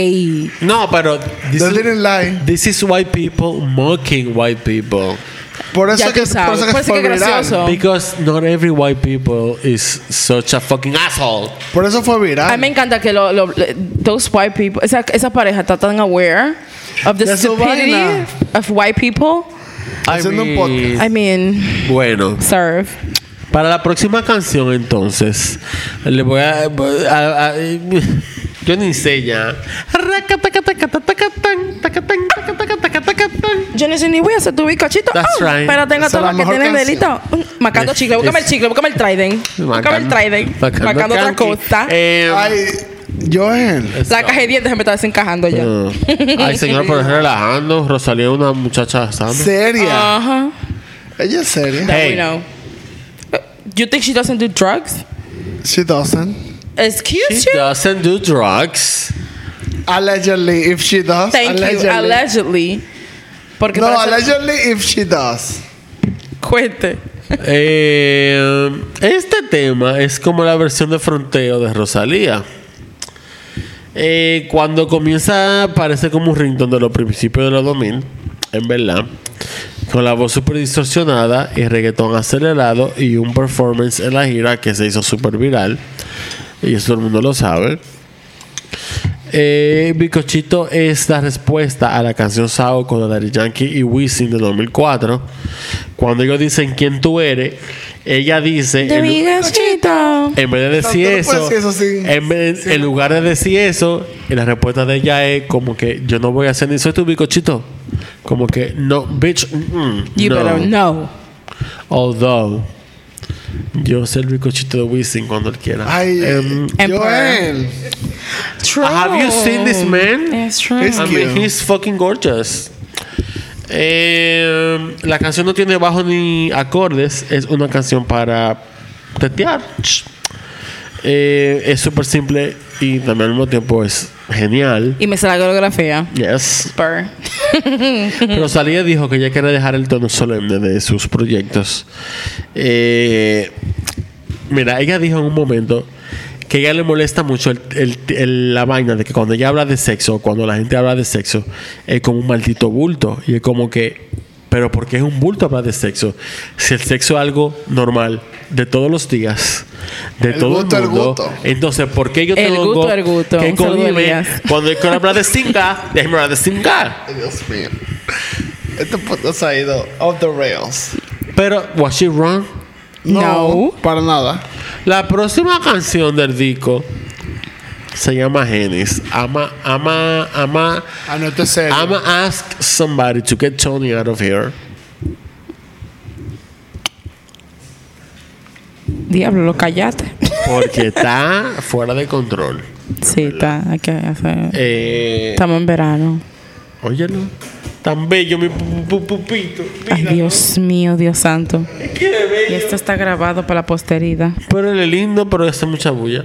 Speaker 2: ate.
Speaker 4: No, pero this
Speaker 3: They
Speaker 4: is-
Speaker 3: didn't lie.
Speaker 4: This is white people mocking white people
Speaker 3: Por eso
Speaker 2: Ya
Speaker 3: que,
Speaker 2: tú sabes.
Speaker 3: por
Speaker 2: Por
Speaker 3: eso que
Speaker 2: eso
Speaker 3: fue
Speaker 2: que
Speaker 3: viral.
Speaker 2: gracioso.
Speaker 4: because not every white people is such a fucking asshole.
Speaker 3: Por eso fue
Speaker 2: A mí me
Speaker 3: viral.
Speaker 2: encanta que lo, lo- those white people, esa, esa pareja está tan aware of the
Speaker 3: De su
Speaker 2: stupidity
Speaker 3: vaina.
Speaker 2: of white people.
Speaker 3: Haciendo un podcast.
Speaker 2: I mean,
Speaker 4: Bueno,
Speaker 2: serve.
Speaker 4: para la próxima canción entonces le voy a, a- a- yo ni sé ya.
Speaker 2: Yo no sé ni voy a hacer tu bizcochito.
Speaker 4: That's
Speaker 2: Oh,
Speaker 4: right.
Speaker 2: Pero tengo
Speaker 3: Esa
Speaker 2: todo
Speaker 3: es la
Speaker 2: lo que
Speaker 3: mejor
Speaker 2: tienen
Speaker 3: canción.
Speaker 2: delito. Macando
Speaker 4: Es-
Speaker 2: chicle, búscame el
Speaker 4: es-
Speaker 2: chicle, búscame el Trident. Búscame el Trident.
Speaker 4: Macando
Speaker 2: Macando otra
Speaker 4: canqui.
Speaker 2: cosa.
Speaker 4: Eh,
Speaker 3: Ay, Joel.
Speaker 2: La caja de dientes se me está desencajando ya.
Speaker 4: eh, ay, señor, pero es relajando. Rosalía es una muchacha sana.
Speaker 3: Seria.
Speaker 2: Ajá.
Speaker 3: Ella es seria.
Speaker 2: That
Speaker 4: Hey.
Speaker 2: we know. Uh, You think she doesn't do drugs?
Speaker 3: She doesn't.
Speaker 2: Excuse
Speaker 4: She
Speaker 2: you?
Speaker 4: doesn't do drugs.
Speaker 3: Allegedly, if she does.
Speaker 2: Thank
Speaker 3: allegedly.
Speaker 2: you. Allegedly. Porque
Speaker 3: No,
Speaker 2: para ser-
Speaker 3: allegedly, if she does.
Speaker 2: Cuente.
Speaker 4: Eh, este tema es como la versión de fronteo de Rosalía. Eh, cuando comienza parece como un rington de los principios de los 2000, en verdad. Con la voz súper distorsionada y reggaetón acelerado y un performance en la gira que se hizo súper viral. Y eso todo el mundo lo sabe. Eh, Bicochito es la respuesta a la canción Sao con Daddy Yankee y Wisin de 2004. Cuando ellos dicen quién tú eres, ella dice...
Speaker 2: De
Speaker 4: en-
Speaker 2: bizcochito.
Speaker 4: en vez de decir
Speaker 3: No, tú no
Speaker 4: eso,
Speaker 3: puedes decir eso sin-
Speaker 4: en, vez- en lugar de decir eso, y la respuesta de ella es como que yo no voy a hacer ni soy tu bicochito. Como que no, bitch, mm, mm,
Speaker 2: You
Speaker 4: no.
Speaker 2: better know.
Speaker 4: Although, Yo sé el ricochito de Wisin cuando él quiera.
Speaker 3: Ay, eh,
Speaker 4: Em,
Speaker 3: Joel.
Speaker 2: True.
Speaker 4: Have you seen this man?
Speaker 2: It's true.
Speaker 3: It's
Speaker 4: I
Speaker 3: cute.
Speaker 4: mean, he's fucking gorgeous. Eh, la canción no tiene bajo ni acordes. Es una canción para tetear. Eh, es súper simple y también al mismo tiempo es genial.
Speaker 2: Y me sale la coreografía.
Speaker 4: Yes.
Speaker 2: Spur.
Speaker 4: Pero Rosalía dijo que ella quiere dejar el tono solemne de sus proyectos. Eh, mira, ella dijo en un momento que ella le molesta mucho el- el- el- la vaina de que cuando ella habla de sexo, cuando la gente habla de sexo, es como un maldito bulto. Y es como que, pero ¿por qué es un bulto hablar de sexo? Si el sexo es algo normal, de todos los días, de
Speaker 3: El
Speaker 4: todo
Speaker 3: gusto,
Speaker 4: el
Speaker 3: el
Speaker 4: mundo.
Speaker 3: gusto.
Speaker 4: Entonces, ¿por qué yo
Speaker 2: El
Speaker 4: tengo
Speaker 2: gusto, el gusto.
Speaker 4: que
Speaker 2: Un saludo,
Speaker 4: comerme
Speaker 2: Elías.
Speaker 4: cuando yo quiero hablar de singa? Déjame hablar de singa.
Speaker 3: Ay, Dios mío. Este puto se ha ido off the rails.
Speaker 4: Pero, ¿was she wrong?
Speaker 2: No.
Speaker 3: Para nada.
Speaker 4: La próxima canción del disco se llama Genis. Ama, ama, ama.
Speaker 3: Ah, no, esto es serio.
Speaker 4: Ama ask somebody to get Tony out of here.
Speaker 2: Diablo, lo callaste.
Speaker 4: Porque está fuera de control.
Speaker 2: sí, está. Hay que hacer.
Speaker 4: Eh,
Speaker 2: Estamos en verano.
Speaker 4: óyelo. Tan bello, mi pu- pu- pupito.
Speaker 2: Ay,
Speaker 4: Mira,
Speaker 2: Dios mío, Dios santo.
Speaker 4: qué
Speaker 2: Y
Speaker 4: bello.
Speaker 2: esto está grabado para la posteridad.
Speaker 4: Pero él es lindo, pero hace mucha bulla.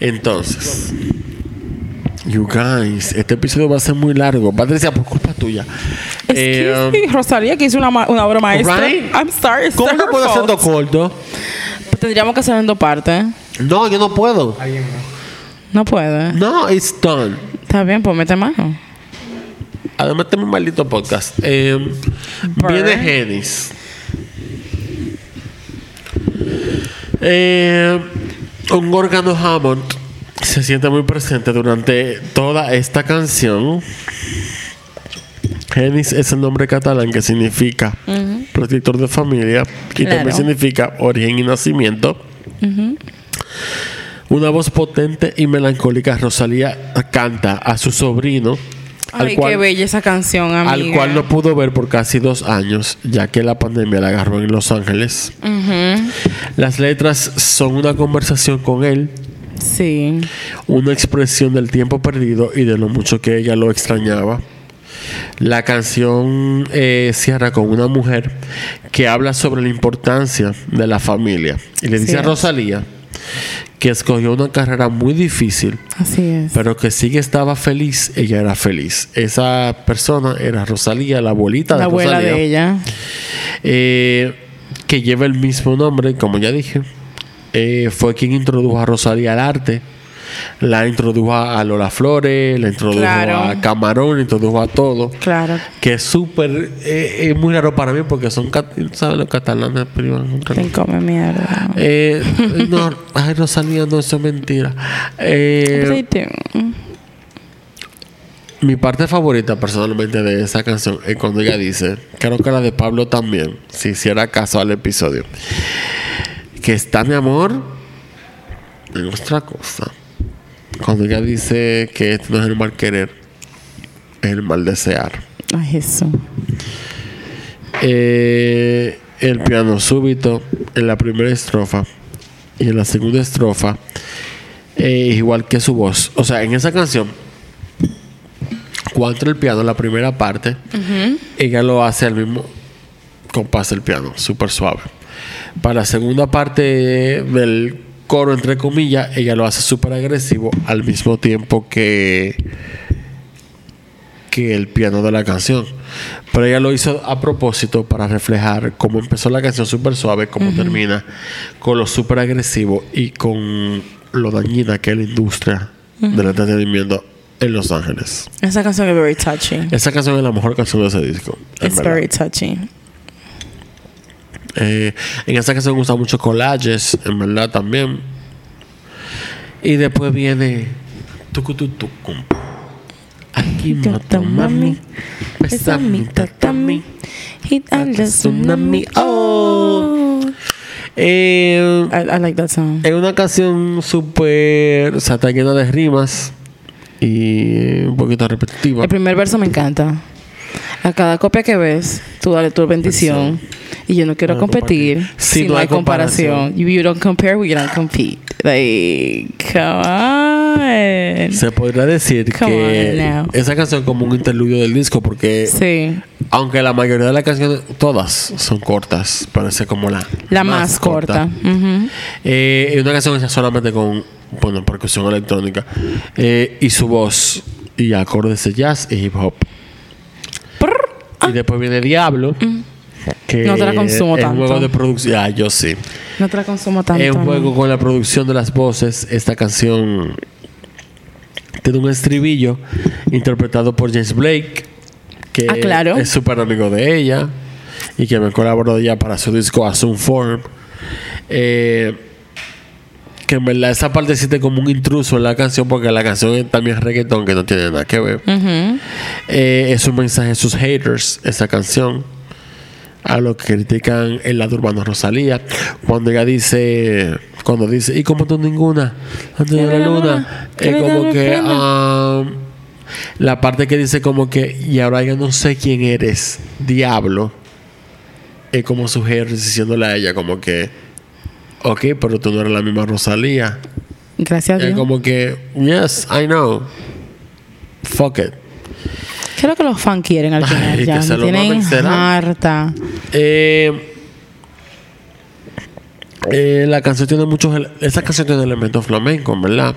Speaker 4: Entonces, you guys, este episodio va a ser muy largo. Patricia, por culpa tuya.
Speaker 2: Excuse
Speaker 4: Eh,
Speaker 2: me, Rosalía, que hizo una, ma- una obra maestra.
Speaker 4: Right?
Speaker 2: I'm sorry, it's
Speaker 4: ¿Cómo
Speaker 2: her
Speaker 4: yo puedo
Speaker 2: fault.
Speaker 4: hacerlo corto?
Speaker 2: Tendríamos que hacerlo en dos partes. ¿eh?
Speaker 4: No, yo no puedo.
Speaker 2: No puede.
Speaker 4: No, it's done.
Speaker 2: Está bien, pues mete mano.
Speaker 4: Además, tengo un maldito podcast. Eh,
Speaker 2: Burn.
Speaker 4: viene Genis. Eh, un órgano Hammond se siente muy presente durante toda esta canción. Genis es el nombre catalán que significa protector de familia y
Speaker 2: Claro.
Speaker 4: también significa origen y nacimiento. Una voz potente y melancólica, Rosalía canta a su sobrino.
Speaker 2: Ay,
Speaker 4: al cual
Speaker 2: qué bella esa canción, amiga.
Speaker 4: al cual no pudo ver por casi dos años, ya que la pandemia la agarró en Los Ángeles. Las letras son una conversación con él,
Speaker 2: Sí.
Speaker 4: una expresión del tiempo perdido y de lo mucho que ella lo extrañaba. La canción eh, cierra con una mujer que habla sobre la importancia de la familia y le dice
Speaker 2: Sí
Speaker 4: a
Speaker 2: es.
Speaker 4: Rosalía que escogió una carrera muy difícil,
Speaker 2: Así es.
Speaker 4: pero que sí que estaba feliz, ella era feliz. Esa persona era Rosalía, la abuelita de
Speaker 2: la abuela
Speaker 4: Rosalía,
Speaker 2: de ella.
Speaker 4: eh, que lleva el mismo nombre, como ya dije. Eh, fue quien introdujo a Rosalía al arte. La introdujo a Lola Flores, la introdujo
Speaker 2: Claro.
Speaker 4: a Camarón, la introdujo a todo.
Speaker 2: Claro.
Speaker 4: Que es súper, eh, es muy raro para mí porque son, cat- ¿sabes? Los catalanes, pero nunca-
Speaker 2: Ten come mierda.
Speaker 4: Eh, no, ay, Rosalía, no, eso es mentira. Eh,
Speaker 2: Sí, te-
Speaker 4: Mi parte favorita personalmente de esa canción es cuando ella dice, creo que la de Pablo también, si hiciera caso al episodio, que está mi amor en otra cosa. Cuando ella dice que esto no es el mal querer, es el mal desear.
Speaker 2: Ay, Jesús.
Speaker 4: Eh, el piano súbito en la primera estrofa y en la segunda estrofa eh, es igual que su voz. O sea, en esa canción, cuando entra el piano, la primera parte, ella lo hace al mismo compás del piano, súper suave. Para la segunda parte del coro, entre comillas, ella lo hace súper agresivo al mismo tiempo que que el piano de la canción. Pero ella lo hizo a propósito para reflejar cómo empezó la canción súper suave, cómo termina, con lo súper agresivo y con lo dañina que es la industria del entretenimiento en Los Ángeles.
Speaker 2: Esa canción es very touching.
Speaker 4: Esa canción es la mejor canción de ese disco. en
Speaker 2: It's
Speaker 4: verdad.
Speaker 2: very touching.
Speaker 4: Eh, en esa canción me gustan mucho collages, en verdad también. Y después viene Tucututucum. Aquí mata mami,
Speaker 2: Pues
Speaker 4: besa mi tatami.
Speaker 2: Hit and the tsunami. Oh.
Speaker 4: Eh,
Speaker 2: I, I like that song.
Speaker 4: es una canción súper, o sea, está llena de rimas y un poquito repetitiva.
Speaker 2: El primer verso me encanta. A cada copia que ves, tú dale tu bendición. Y yo no quiero competir si, no, hay comparación. You, you don't compare, we don't compete. Like, come on.
Speaker 4: Se podría decir
Speaker 2: Come
Speaker 4: que
Speaker 2: on now.
Speaker 4: esa canción es como un interludio del disco porque
Speaker 2: Sí.
Speaker 4: aunque la mayoría de las canciones, todas son cortas, parece como la,
Speaker 2: La más, corta. Ujú.
Speaker 4: Eh, y una canción hecha solamente con bueno, percusión electrónica eh, y su voz y acordes de jazz y hip hop.
Speaker 2: Prr.
Speaker 4: Y después viene Diablo. Que
Speaker 2: No te la consumo
Speaker 4: es un
Speaker 2: tanto.
Speaker 4: juego de producción. Ah, yo sí.
Speaker 2: No te la consumo tanto.
Speaker 4: Es un
Speaker 2: ¿no?
Speaker 4: juego con la producción de las voces. Esta canción tiene un estribillo interpretado por James Blake, que
Speaker 2: Ah, claro.
Speaker 4: es súper amigo de ella y que me colaboró ya para su disco Assume Form. Eh, que en verdad esa parte siente como un intruso en la canción porque la canción es también reggaetón que no tiene nada que ver.
Speaker 2: Ujú.
Speaker 4: Eh, es un mensaje a sus haters, esa canción. A los que critican el lado urbano Rosalía. Cuando ella dice, cuando dice, y como tú ninguna, antes de la luna, es como que ah, la parte que dice como que, y ahora yo no sé quién eres, diablo, es como sus haters diciéndole a ella como que, ok, pero tú no eres la misma Rosalía.
Speaker 2: Gracias a
Speaker 4: Es
Speaker 2: Dios.
Speaker 4: como que, yes, I know. Fuck it.
Speaker 2: ¿Qué es lo que los fans quieren al
Speaker 4: Ay,
Speaker 2: final?
Speaker 4: que
Speaker 2: ya
Speaker 4: se
Speaker 2: me
Speaker 4: lo
Speaker 2: tienen
Speaker 4: mamen, será.
Speaker 2: harta.
Speaker 4: Eh, eh, la canción tiene muchos. ele- Esa canción tiene elementos flamencos, ¿verdad?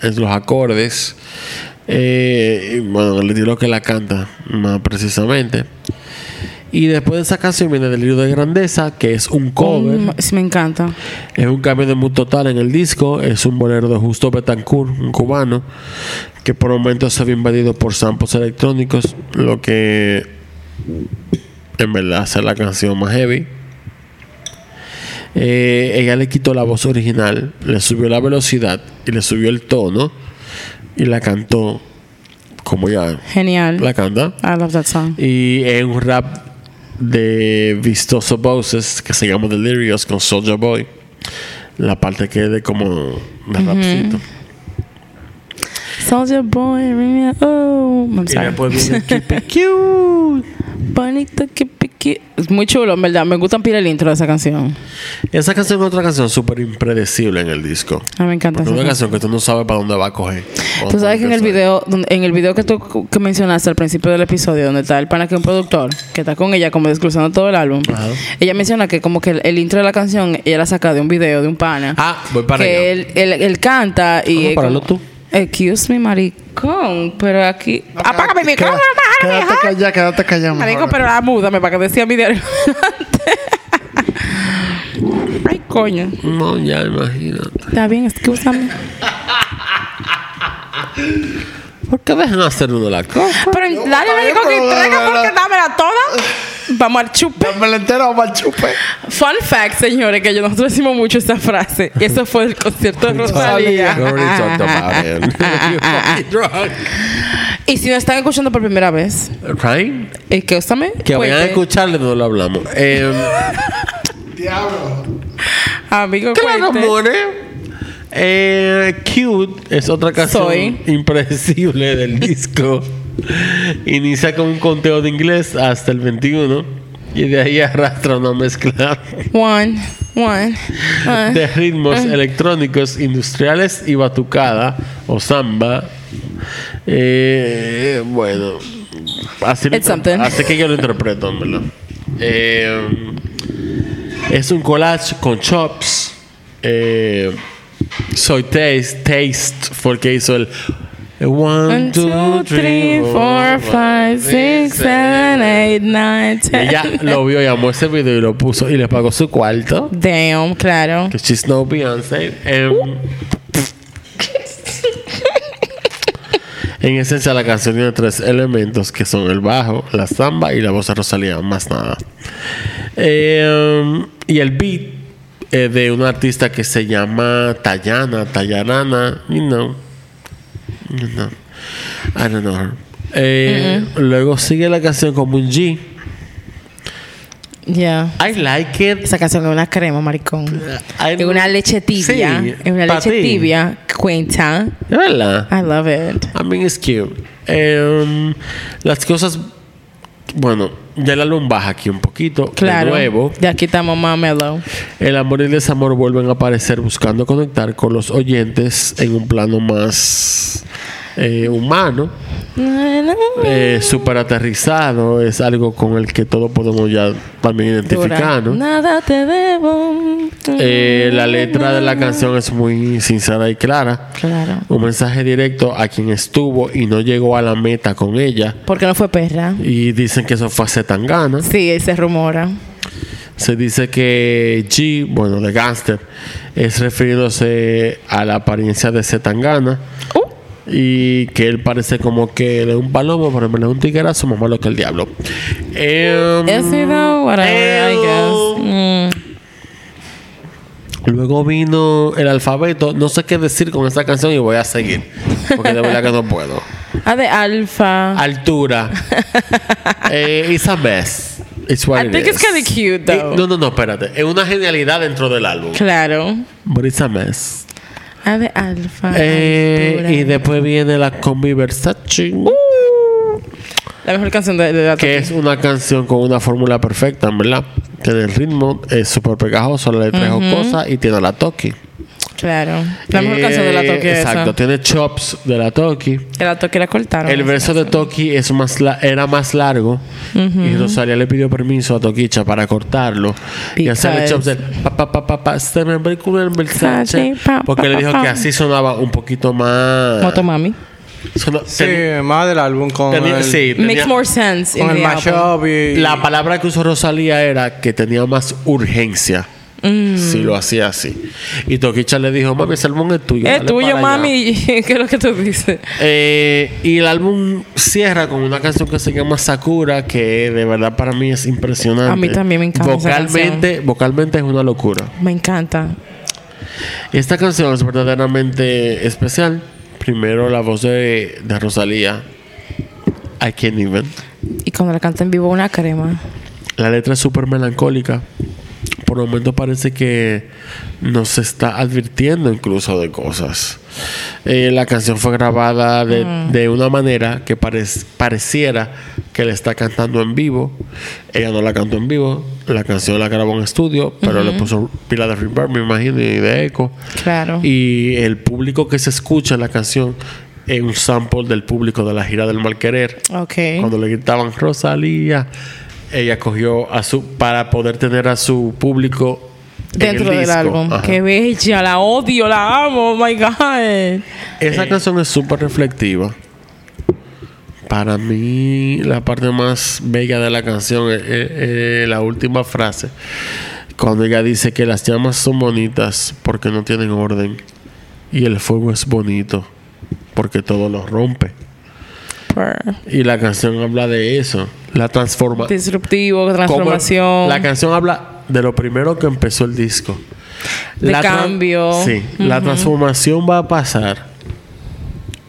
Speaker 4: Es los acordes. Eh, y bueno, el estilo que la canta, más precisamente. Y después de esa canción viene Delirio de Grandeza, que es un cover.
Speaker 2: Mm, sí, me encanta.
Speaker 4: Es un cambio de mood total en el disco. Es un bolero de Justo Betancourt, un cubano, que por momentos se había invadido por samples electrónicos, lo que en verdad hace la canción más heavy. Eh, ella le quitó la voz original, le subió la velocidad y le subió el tono y la cantó como ya
Speaker 2: Genial.
Speaker 4: la canta.
Speaker 2: I love that song.
Speaker 4: Y es un rap de Vistoso Voices que se llama Delirious con Soldier Boy. La parte que es de como de rapcito.
Speaker 2: Soldier Boy, remember- oh, I'm
Speaker 4: Y después
Speaker 2: sorry.
Speaker 4: viene Keep It
Speaker 2: Cute. Bonito, que piqui. Es muy chulo, en verdad. Me gusta pila el intro de esa canción.
Speaker 4: Cute. Esa canción es otra canción súper impredecible en el disco.
Speaker 2: A mí me encanta
Speaker 4: Es
Speaker 2: esa
Speaker 4: una
Speaker 2: canción.
Speaker 4: canción que tú no sabes para dónde va a coger.
Speaker 2: Tú sabes que en el video, donde- en el video que tú que mencionaste al principio del episodio, donde está el pana que es un productor, que está con ella como desglosando todo el álbum,
Speaker 4: Ajá.
Speaker 2: ella menciona que como que el, el intro de la canción ella la saca de un video de un pana.
Speaker 4: Ah, voy para allá.
Speaker 2: que él, él, él canta y.
Speaker 4: Vamos
Speaker 2: es
Speaker 4: para lo
Speaker 2: como,
Speaker 4: tú.
Speaker 2: Excuse me, maricón, pero aquí. Apágame mi cámara,
Speaker 3: Quédate callada, quédate callada.
Speaker 2: Marico,
Speaker 3: mejor.
Speaker 2: pero ah, múdame para que decía mi diario. Ay, coño.
Speaker 4: No, ya imagínate.
Speaker 2: Está bien, excúsame.
Speaker 4: ¿Por qué dejan hacer uno la cosa?
Speaker 2: Pero dale,
Speaker 3: papá,
Speaker 2: marico,
Speaker 3: yo
Speaker 2: que
Speaker 3: puedo
Speaker 2: entrega
Speaker 3: ganar.
Speaker 2: porque dámela toda. Vamos al chupe.
Speaker 3: Dámela entera o mal chupe.
Speaker 2: Fun fact, señores, que yo- nosotros decimos mucho esta frase. Y eso fue el concierto de
Speaker 4: We already talked about
Speaker 2: Rosalía.
Speaker 4: it. You fucking drunk.
Speaker 2: y si nos están escuchando por primera vez,
Speaker 4: Right?
Speaker 2: Pues excúsame.
Speaker 4: Que vayan a
Speaker 2: cuente.
Speaker 4: escucharle, no lo hablamos. Eh,
Speaker 3: Diablo.
Speaker 2: Amigo,
Speaker 4: Claro,
Speaker 2: cuente.
Speaker 4: more. Eh, Cute es otra canción
Speaker 2: Soy.
Speaker 4: impredecible del disco. Inicia con un conteo de inglés hasta el 21 y de ahí arrastra una mezcla
Speaker 2: One, one, one.
Speaker 4: de ritmos electrónicos, industriales y batucada o samba. Eh, bueno, así, lo
Speaker 2: It's
Speaker 4: interpre-
Speaker 2: something.
Speaker 4: así que yo lo interpreto, en verdad. Eh, es un collage con chops. Eh, soy Taste, Taste, porque hizo el.
Speaker 2: 1,
Speaker 4: One, two, three, four, five, six, seven, eight.
Speaker 2: 9,
Speaker 4: Ella lo vio y amó ese video y lo puso y le pagó su cuarto.
Speaker 2: Damn, claro.
Speaker 4: Que she's no Beyoncé. Em, en esencia, la canción tiene tres elementos que son el bajo, la samba y la voz de Rosalía, más nada. Em, y el beat eh, de una artista que se llama Tayana, Tayarana, you know. You know. I don't know her. Eh, Luego sigue la canción como un G.
Speaker 2: Ya.
Speaker 4: I like it.
Speaker 2: Esa canción es una crema, maricón.
Speaker 4: I-
Speaker 2: Es una leche tibia.
Speaker 4: Sí,
Speaker 2: es una
Speaker 4: pa'
Speaker 2: leche
Speaker 4: ti.
Speaker 2: tibia. Cuenta.
Speaker 4: De verdad.
Speaker 2: I love it.
Speaker 4: I mean, it's cute. Em, las cosas Bueno, ya la álbum baja aquí un poquito.
Speaker 2: Claro.
Speaker 4: De nuevo,
Speaker 2: Ya quitamos más mellow.
Speaker 4: el amor y el desamor vuelven a aparecer buscando conectar con los oyentes en un plano más eh, humano, eh, súper aterrizado. Es algo con el que todos podemos ya también identificarnos.
Speaker 2: Nada te debo.
Speaker 4: Eh, la letra de la canción es muy sincera y clara.
Speaker 2: Claro.
Speaker 4: Un mensaje directo a quien estuvo y no llegó a la meta con ella.
Speaker 2: Porque no fue perra.
Speaker 4: Y dicen que eso fue hace tan ganas.
Speaker 2: Sí, se rumora.
Speaker 4: Se dice que G, bueno, de Gangster, es refiriéndose a la apariencia de Zetangana.
Speaker 2: Uh.
Speaker 4: Y que él parece como que él es un palomo, pero en verdad es un tiguerazo más malo que el diablo. Em,
Speaker 2: Yes, you know, whatever, I guess. Mm.
Speaker 4: Luego vino el alfabeto. No sé qué decir con esta canción y voy a seguir. Porque de verdad que no puedo.
Speaker 2: Ah, de alfa.
Speaker 4: Altura. eh, it's a mess. It's what
Speaker 2: I
Speaker 4: it
Speaker 2: think it's
Speaker 4: is.
Speaker 2: kinda cute, though.
Speaker 4: Eh, no, no, no, espérate. Es una genialidad dentro del álbum.
Speaker 2: Claro.
Speaker 4: But it's a mess.
Speaker 2: Ah, de alfa.
Speaker 4: Eh,
Speaker 2: altura.
Speaker 4: y después viene la combi Versace.
Speaker 2: Uh, La mejor canción de, de la
Speaker 4: Que es una canción con una fórmula perfecta, en ¿verdad? Tiene el ritmo, es súper pegajoso, la letra es jocosa y tiene a la Toki.
Speaker 2: Claro. La mejor
Speaker 4: Eh,
Speaker 2: canción de la toque
Speaker 4: Exacto,
Speaker 2: Exacto.
Speaker 4: tiene chops de la Toki.
Speaker 2: Que la toque la cortaron.
Speaker 4: El verso de Toki es más la- era más largo y Rosalia le pidió permiso a Toquicha para cortarlo y hacer el chop
Speaker 2: Because-
Speaker 4: del pa pa pa pa pa se me ve con el Versace,
Speaker 2: Ah, Pa, pa,
Speaker 4: porque le
Speaker 2: pa,
Speaker 4: dijo
Speaker 2: pa.
Speaker 4: que así sonaba un poquito más
Speaker 2: Motomami.
Speaker 4: sona-
Speaker 5: Sí,
Speaker 4: ten-
Speaker 5: más del álbum con
Speaker 4: tenía-
Speaker 5: el,
Speaker 4: sí, tenía-
Speaker 2: Makes more sense in
Speaker 5: con el
Speaker 2: the album.
Speaker 5: mashup y...
Speaker 4: la palabra que usó Rosalía era que tenía más urgencia
Speaker 2: Mm.
Speaker 4: si lo hacía así y Toquicha le dijo mami ese álbum es tuyo
Speaker 2: Es
Speaker 4: dale
Speaker 2: tuyo,
Speaker 4: para allá".
Speaker 2: mami. ¿Qué es lo que tú dices?
Speaker 4: Eh, y el álbum cierra con una canción que se llama Sakura, que de verdad para mí es impresionante.
Speaker 2: A mí también me encanta esa
Speaker 4: Vocalmente, vocalmente es una locura.
Speaker 2: Me encanta.
Speaker 4: Esta canción es verdaderamente especial. Primero la voz de, de Rosalía. I can't even.
Speaker 2: Y cuando la canta en vivo, una crema.
Speaker 4: La letra es súper melancólica. Por el momento parece que nos está advirtiendo incluso de cosas. Eh, la canción fue grabada de, de una manera que parec- pareciera que le está cantando en vivo. Ella no la cantó en vivo. La canción la grabó en estudio, pero le puso pila de reverb, me imagino, y de eco.
Speaker 2: Claro.
Speaker 4: Y el público que se escucha la canción es un sample del público de la gira del mal querer.
Speaker 2: ok.
Speaker 4: Cuando le gritaban Rosalía, ella cogió a su para poder tener a su público en
Speaker 2: Dentro
Speaker 4: el
Speaker 2: del
Speaker 4: disco.
Speaker 2: álbum.
Speaker 4: Ajá.
Speaker 2: Qué bella. La odio, la amo. Oh my God.
Speaker 4: Esa canción es súper reflectiva. Para mí, la parte más bella de la canción es, es- es la última frase. Cuando ella dice que las llamas son bonitas porque no tienen orden. Y el fuego es bonito porque todo lo rompe.
Speaker 2: Purr.
Speaker 4: Y la canción habla de eso. La transforma
Speaker 2: Disruptivo,
Speaker 4: cómo-
Speaker 2: transformación.
Speaker 4: la canción habla de lo primero que empezó el disco.
Speaker 2: De
Speaker 4: tran-
Speaker 2: cambio.
Speaker 4: Sí, la transformación va a pasar.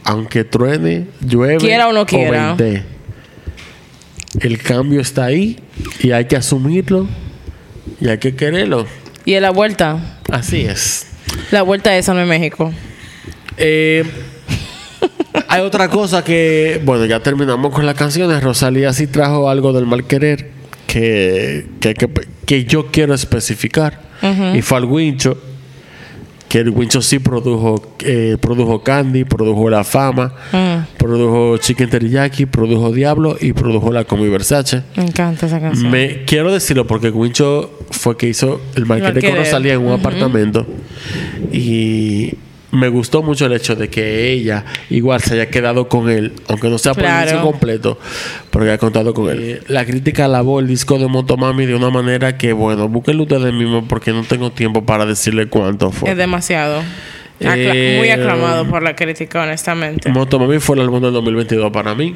Speaker 4: Aunque truene, llueve.
Speaker 2: Quiera o no quiera.
Speaker 4: ventee. El cambio está ahí y hay que asumirlo y hay que quererlo.
Speaker 2: y en la vuelta.
Speaker 4: Así es.
Speaker 2: La vuelta esa no es México.
Speaker 4: Eh, hay otra cosa que, bueno, ya terminamos con las canciones. Rosalía sí trajo algo del mal querer que, que, que- que yo quiero especificar. Y fue al Wincho, que el Wincho sí produjo, eh, produjo Candy, produjo La Fama,
Speaker 2: Mm.
Speaker 4: produjo Chicken Teriyaki, produjo Diablo y produjo La Comi Versace.
Speaker 2: Me encanta esa canción.
Speaker 4: Me quiero decirlo porque Wincho fue que hizo el marquete con
Speaker 2: Marquete.
Speaker 4: Rosalía en un apartamento y me gustó mucho el hecho de que ella igual se haya quedado con él, aunque no sea por el
Speaker 2: Claro.
Speaker 4: disco completo, pero que ha contado con él. Eh, La crítica alabó el disco de Motomami de una manera que, bueno, búsquenlo ustedes mismos porque no tengo tiempo para decirle cuánto
Speaker 2: Es
Speaker 4: fue.
Speaker 2: demasiado. Acla-
Speaker 4: Mm, Eh,
Speaker 2: muy aclamado por la crítica, honestamente.
Speaker 4: Motomami fue el álbum del 2022 para mí.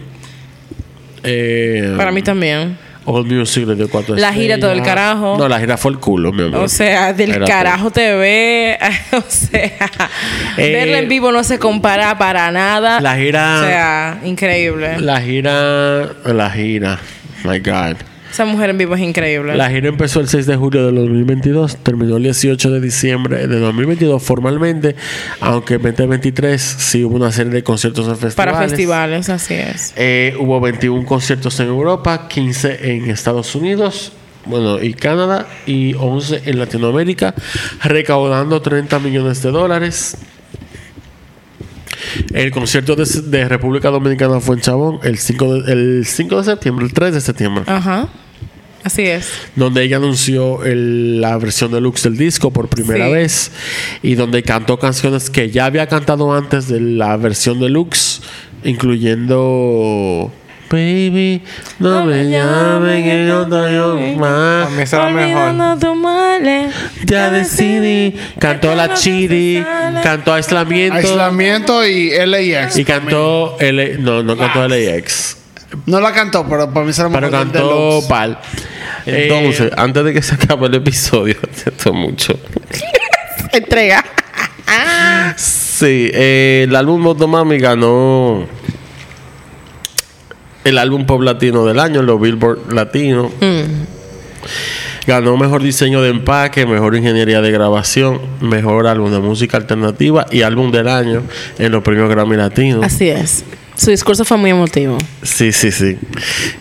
Speaker 4: Eh,
Speaker 2: Para mí también.
Speaker 4: All Music le dio cuatro
Speaker 2: La gira todo el
Speaker 4: estrellas.
Speaker 2: carajo.
Speaker 4: No, la gira fue el culo, mi amor.
Speaker 2: O sea, del
Speaker 4: Era todo.
Speaker 2: carajo te ve. o sea,
Speaker 4: Eh,
Speaker 2: verla en vivo no se compara para nada.
Speaker 4: La gira.
Speaker 2: o sea, increíble.
Speaker 4: La gira. La gira. My God.
Speaker 2: Esa mujer en vivo es increíble.
Speaker 6: La gira empezó el 6 de julio de 2022, terminó el 18 de diciembre de 2022 formalmente, aunque en 2023 sí hubo una serie de conciertos en festivales.
Speaker 2: Para festivales, así es.
Speaker 6: Eh, hubo 21 conciertos en Europa, 15 en Estados Unidos, bueno, y Canadá, y 11 en Latinoamérica, recaudando 30 millones de dólares. El concierto de, de República Dominicana fue en Chabón el 5, de, el 5 de septiembre, el 3 de septiembre,
Speaker 2: Ajá. Así es.
Speaker 6: donde ella anunció el- la versión deluxe del disco por primera
Speaker 2: Sí.
Speaker 6: vez y donde cantó canciones que ya había cantado antes de la versión deluxe, incluyendo... Baby, no me llamen que no te llamo más.
Speaker 5: A mí esa era la mejor.
Speaker 2: Olvidando tus males.
Speaker 6: Ya decidí, cantó la Chiri, cantó Aislamiento
Speaker 3: Aislamiento y LAX.
Speaker 6: y cantó L no, no cantó LAX,
Speaker 3: No la cantó, pero para mí se la
Speaker 6: pero
Speaker 3: mandó
Speaker 6: cantó
Speaker 3: deluxe.
Speaker 6: Pal. Eh,
Speaker 4: Entonces, antes de que se acabe el episodio, esto es mucho.
Speaker 2: Entrega.
Speaker 4: Sí, eh, el álbum Motomami ganó el álbum pop latino del año, los Billboard Latino. Ganó mejor diseño de empaque, mejor ingeniería de grabación, mejor álbum de música alternativa y álbum del año en los premios Grammy Latinos.
Speaker 2: Así es. Su discurso fue muy emotivo.
Speaker 4: Sí, sí, sí.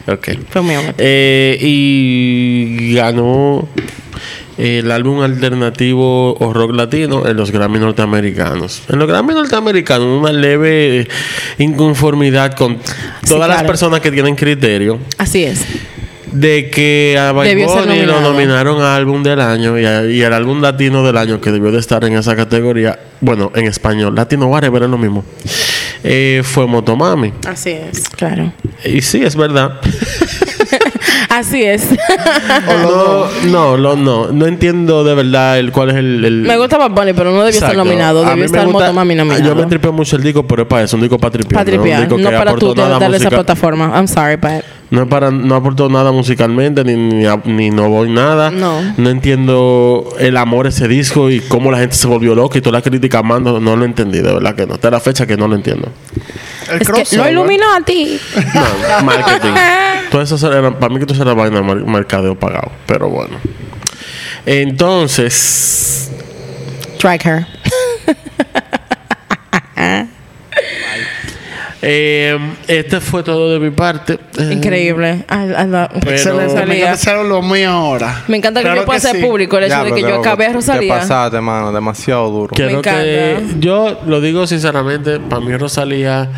Speaker 4: Ok.
Speaker 2: Fue muy emotivo.
Speaker 4: Eh, y ganó eh, el álbum alternativo o rock latino en los Grammy norteamericanos. En los Grammy norteamericanos, una leve inconformidad con todas las
Speaker 2: claro.
Speaker 4: personas que tienen criterio
Speaker 2: Así es.
Speaker 4: de que a Bad
Speaker 2: Debió ser
Speaker 4: Bunny lo
Speaker 2: nominado.
Speaker 4: nominaron a álbum del año y, a- y al álbum latino del año que debió de estar en esa categoría, bueno, en español, latino, whatever, es lo mismo, eh, fue Motomami.
Speaker 2: Así es. Claro.
Speaker 4: Y sí, es verdad.
Speaker 2: Así es.
Speaker 4: No, no, lo- no, no entiendo de verdad el cuál es el. el-
Speaker 2: me gusta Bad Bunny, pero no debió
Speaker 4: Exacto.
Speaker 2: estar nominado.
Speaker 4: A mí
Speaker 2: Debió
Speaker 4: me
Speaker 2: estar
Speaker 4: gusta-
Speaker 2: Motomami nominado.
Speaker 4: Yo me tripeo mucho el disco, pero es para eso, un disco para
Speaker 2: para
Speaker 4: tripear.
Speaker 2: tripear.
Speaker 4: No, Un disco
Speaker 2: No
Speaker 4: que
Speaker 2: para
Speaker 4: aportó
Speaker 2: tú de-
Speaker 4: nada
Speaker 2: darle esa
Speaker 4: musical-
Speaker 2: plataforma. I'm sorry, but...
Speaker 4: no, es para, no aportó nada musicalmente, ni, ni, a- ni no voy nada.
Speaker 2: No.
Speaker 4: entiendo el amor a ese disco y cómo la gente se volvió loca y toda la crítica amando. No lo entendí, de verdad que no. Hasta la fecha que no lo entiendo.
Speaker 3: El
Speaker 2: Es que lo
Speaker 3: crossover.
Speaker 2: iluminó a ti.
Speaker 4: No, marketing. Todo eso era, para mí que todo eso era vaina mar- mercadeo pagado, pero bueno. Entonces,
Speaker 2: Strike her.
Speaker 4: Eh, este fue todo de mi parte. Eh,
Speaker 2: Increíble. I- I love-
Speaker 3: Excelente.
Speaker 2: Rosalía.
Speaker 3: Me encanta ser lo mío ahora.
Speaker 2: Me encanta que
Speaker 3: Claro
Speaker 2: yo pueda
Speaker 3: que
Speaker 2: hacer
Speaker 3: sí.
Speaker 2: público el hecho de que yo acabé a
Speaker 5: Te
Speaker 2: Rosalía.
Speaker 5: pasaste, mano. Demasiado duro.
Speaker 4: creo
Speaker 2: Me encanta.
Speaker 4: Eh, que- yo lo digo sinceramente, para mí Rosalía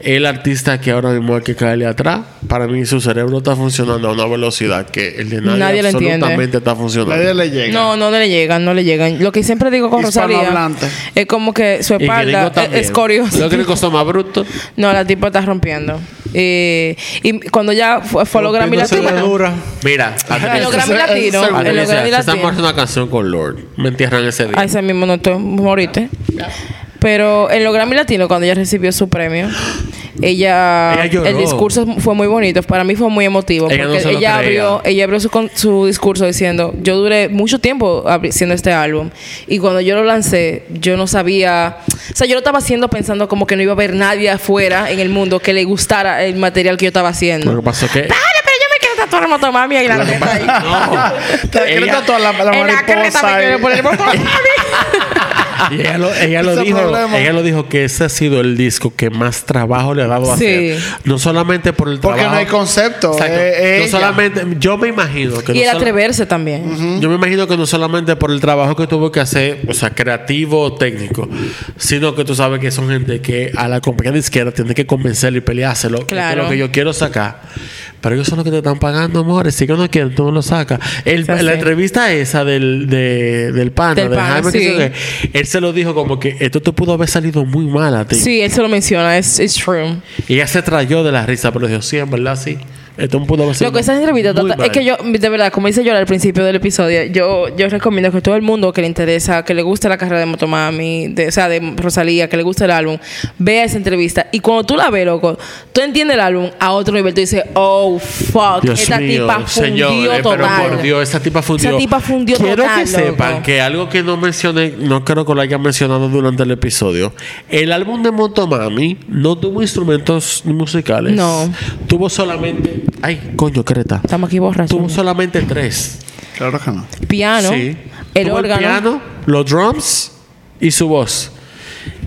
Speaker 4: es el artista que ahora mismo hay que caerle atrás. Para mí su cerebro está funcionando a una velocidad que el de nadie,
Speaker 2: Nadie lo entiende.
Speaker 4: absolutamente está
Speaker 3: Nadie
Speaker 4: funcionando.
Speaker 3: le llega.
Speaker 2: No, no le llegan, no le llegan. Lo que siempre digo con Rosalía
Speaker 3: Hispanohablante.
Speaker 2: es como que su
Speaker 4: Y gringo
Speaker 2: espalda es,
Speaker 4: también.
Speaker 2: es curiosa.
Speaker 4: Los gringos son más brutos.
Speaker 2: No, la tipa está rompiendo. Eh, y cuando ya fue, fue a los Grammy
Speaker 5: Rompiéndose
Speaker 2: Latino.
Speaker 5: la dura.
Speaker 4: Mira,
Speaker 2: En los
Speaker 4: atención.
Speaker 2: Grammy
Speaker 3: Eso es-
Speaker 2: Latino.
Speaker 3: eso es
Speaker 2: En
Speaker 4: Atención,
Speaker 2: los Grammy
Speaker 4: se están
Speaker 2: Latino.
Speaker 4: haciendo una canción con Lord. Me entierran ese día.
Speaker 2: A ese mismo no estoy moriste. Pero en los Grammy Latino, cuando ella recibió su premio, ella,
Speaker 4: Ella lloró.
Speaker 2: el discurso fue muy bonito. Para mí fue muy emotivo.
Speaker 4: Ella no
Speaker 2: porque
Speaker 4: se lo
Speaker 2: ella
Speaker 4: creía.
Speaker 2: abrió, ella abrió su, con- su discurso diciendo, yo duré mucho tiempo abri- haciendo este álbum. Y cuando yo lo lancé, yo no sabía, o sea, yo lo estaba haciendo pensando como que no iba a haber nadie afuera en el mundo que le gustara el material que yo estaba haciendo.
Speaker 4: Lo que pasó es que
Speaker 2: Dale, pero yo me quiero tatuar el motomami y la neta ahí.
Speaker 3: Te quiero
Speaker 4: Ella-
Speaker 3: tatuar la, la
Speaker 2: En la creta me
Speaker 3: mariposa.
Speaker 2: quiero
Speaker 3: ahí.
Speaker 2: poner el motomami.
Speaker 4: Y ella lo, ella lo
Speaker 3: Ese
Speaker 4: dijo,
Speaker 3: problema.
Speaker 4: ella lo dijo que ese ha sido el disco que más trabajo le ha dado a
Speaker 2: Sí.
Speaker 4: hacer. No solamente por el
Speaker 3: Porque
Speaker 4: trabajo.
Speaker 3: no hay concepto,
Speaker 4: Exacto.
Speaker 3: eh,
Speaker 4: no
Speaker 3: ella.
Speaker 4: solamente, yo me imagino que
Speaker 2: Y
Speaker 4: no
Speaker 2: el
Speaker 4: solo-
Speaker 2: atreverse también.
Speaker 4: yo me imagino que no solamente por el trabajo que tuvo que hacer, o sea, creativo o técnico, sino que tú sabes que son gente que a la compañía de izquierda tiene que convencerlo y peleárselo. Esto
Speaker 2: Claro.
Speaker 4: es lo que yo quiero sacar. Pero ellos son los que te están pagando, amores. Si ellos no quieren, tú no lo sacas. El-
Speaker 2: sea,
Speaker 4: la
Speaker 2: sí.
Speaker 4: entrevista esa del, de- del pana,
Speaker 2: Del
Speaker 4: de
Speaker 2: pana,
Speaker 4: Jaime, que
Speaker 2: sí.
Speaker 4: se- él se lo dijo como que esto te pudo haber salido muy mal a ti.
Speaker 2: Sí, él se lo menciona, es it's true.
Speaker 4: Y ella se trayó de la risa, pero dijo, sí, en verdad, sí. Esto me pudo haber salido
Speaker 2: Lo que esa entrevista
Speaker 4: muy
Speaker 2: trata-
Speaker 4: mal".
Speaker 2: es que yo, de verdad, como dice yo al principio del episodio, yo, yo recomiendo que todo el mundo que le interesa, que le gusta la carrera de Motomami, de, o sea, de Rosalía, que le gusta el álbum, vea esa entrevista. Y cuando tú la ves, loco, tú entiendes el álbum a otro nivel. Tú dices, oh, fuck,
Speaker 4: Dios
Speaker 2: esta
Speaker 4: mío,
Speaker 2: tipa fundió
Speaker 4: señores,
Speaker 2: total.
Speaker 4: pero por Dios, esta tipa fundió.
Speaker 2: Esa tipa fundió
Speaker 4: Quiero
Speaker 2: total,
Speaker 4: que sepan
Speaker 2: loco.
Speaker 4: que algo que no mencioné, no creo que lo haya mencionado durante el episodio. El álbum de Motomami no tuvo instrumentos musicales.
Speaker 2: No.
Speaker 4: Tuvo solamente Ay, coño, Creta.
Speaker 2: Estamos aquí borrachos.
Speaker 4: Tuvo solamente tres.
Speaker 7: Claro que no.
Speaker 2: Piano,
Speaker 4: Sí.
Speaker 2: Ah, el
Speaker 4: Tuvo
Speaker 2: órgano.
Speaker 4: piano, los drums y su voz.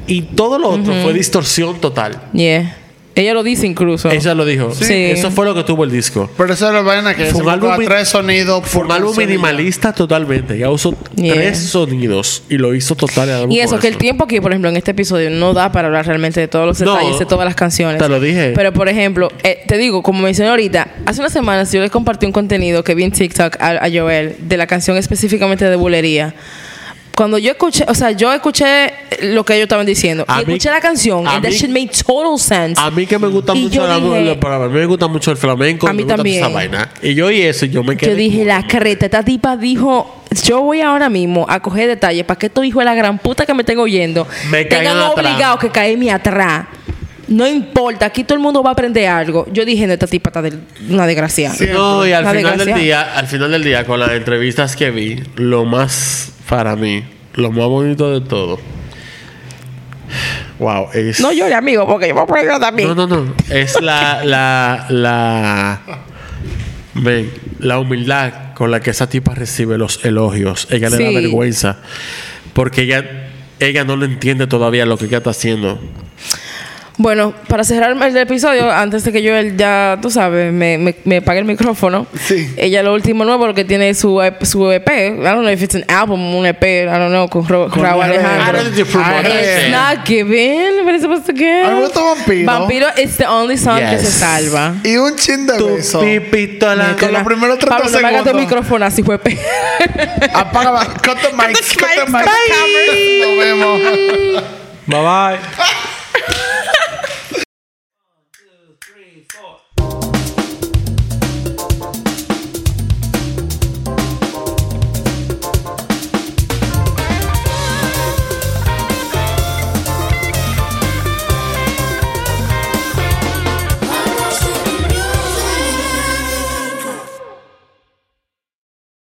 Speaker 4: Y todo lo otro fue distorsión total.
Speaker 2: Yeah. Ella lo dice incluso.
Speaker 4: Ella lo dijo.
Speaker 2: Sí.
Speaker 4: Eso fue lo que tuvo el disco.
Speaker 7: Pero esa es la vaina que
Speaker 4: Fue
Speaker 7: se
Speaker 4: un
Speaker 7: buscó a
Speaker 4: álbum-
Speaker 7: tres sonidos
Speaker 4: Fue
Speaker 7: por
Speaker 4: un álbum
Speaker 7: sonido.
Speaker 4: minimalista totalmente. Ya usó
Speaker 2: Yeah.
Speaker 4: tres sonidos y lo hizo total. el álbum
Speaker 2: Y eso,
Speaker 4: con
Speaker 2: que el tiempo aquí, por ejemplo, en este episodio no da para hablar realmente de todos los
Speaker 4: No,
Speaker 2: detalles de todas las canciones.
Speaker 4: te lo dije.
Speaker 2: Pero, por ejemplo, eh, te digo, como mencioné ahorita, hace unas semanas yo le compartí un contenido que vi en TikTok a, a Joel de la canción específicamente de Bulería. Cuando yo escuché, o sea, yo escuché lo que ellos estaban diciendo.
Speaker 4: A
Speaker 2: y
Speaker 4: mí-
Speaker 2: escuché la canción.
Speaker 4: a
Speaker 2: And that
Speaker 4: mí-
Speaker 2: shit made total sense.
Speaker 4: A mí que me gusta
Speaker 2: Y
Speaker 4: mucho
Speaker 2: yo
Speaker 4: la-
Speaker 2: dije-
Speaker 4: la- para- a mí me gusta mucho el flamenco,
Speaker 2: A mí
Speaker 4: me gusta toda
Speaker 2: también.
Speaker 4: esa vaina. Y yo y eso, yo me quedé.
Speaker 2: Yo dije, la carreta, esta tipa dijo, yo voy ahora mismo a coger detalles para que estos hijos de la gran puta que me estén oyendo
Speaker 4: Me
Speaker 2: tengan
Speaker 4: caigan atrás.
Speaker 2: obligados que caerme atrás. No importa, aquí todo el mundo va a aprender algo. Yo dije, no, esta tipa está del- una desgracia.
Speaker 4: No, y al
Speaker 2: Una
Speaker 4: final del
Speaker 2: desgracia.
Speaker 4: día, al final del día, con las entrevistas que vi, lo más para mí, lo más bonito de todo. Wow, es.
Speaker 2: No llore, amigo, porque yo me voy a poner grave también.
Speaker 4: No, no, no. Es la, la, la. Ven, la humildad con la que esa tipa recibe los elogios. Ella le da
Speaker 2: Sí.
Speaker 4: vergüenza. Porque ella, ella no le entiende todavía lo que ella está haciendo.
Speaker 2: Bueno, para cerrar el episodio, antes de que yo él ya, tú sabes, me, me, me apague el micrófono.
Speaker 3: Sí.
Speaker 2: Ella lo último nuevo, lo que tiene su, ep- su EP. I don't know if it's an album, un EP, I don't know, con, Ro-
Speaker 3: Con
Speaker 2: Raúl
Speaker 3: Raúl
Speaker 2: Alejandro.
Speaker 3: Alejandro.
Speaker 2: It's not given, but it's supposed to give.
Speaker 3: Alberto Vampiro.
Speaker 2: Vampiro it's the only song que
Speaker 4: Yes.
Speaker 2: se salva.
Speaker 3: Y un chin de beso.
Speaker 4: Pipito la-
Speaker 3: Con los primeros 30
Speaker 2: Pablo, no me hagas tu
Speaker 3: segundos.
Speaker 2: micrófono así, fue pe-
Speaker 3: Apaga, cut the mic, cut the mic. Nos vemos.
Speaker 5: Bye bye.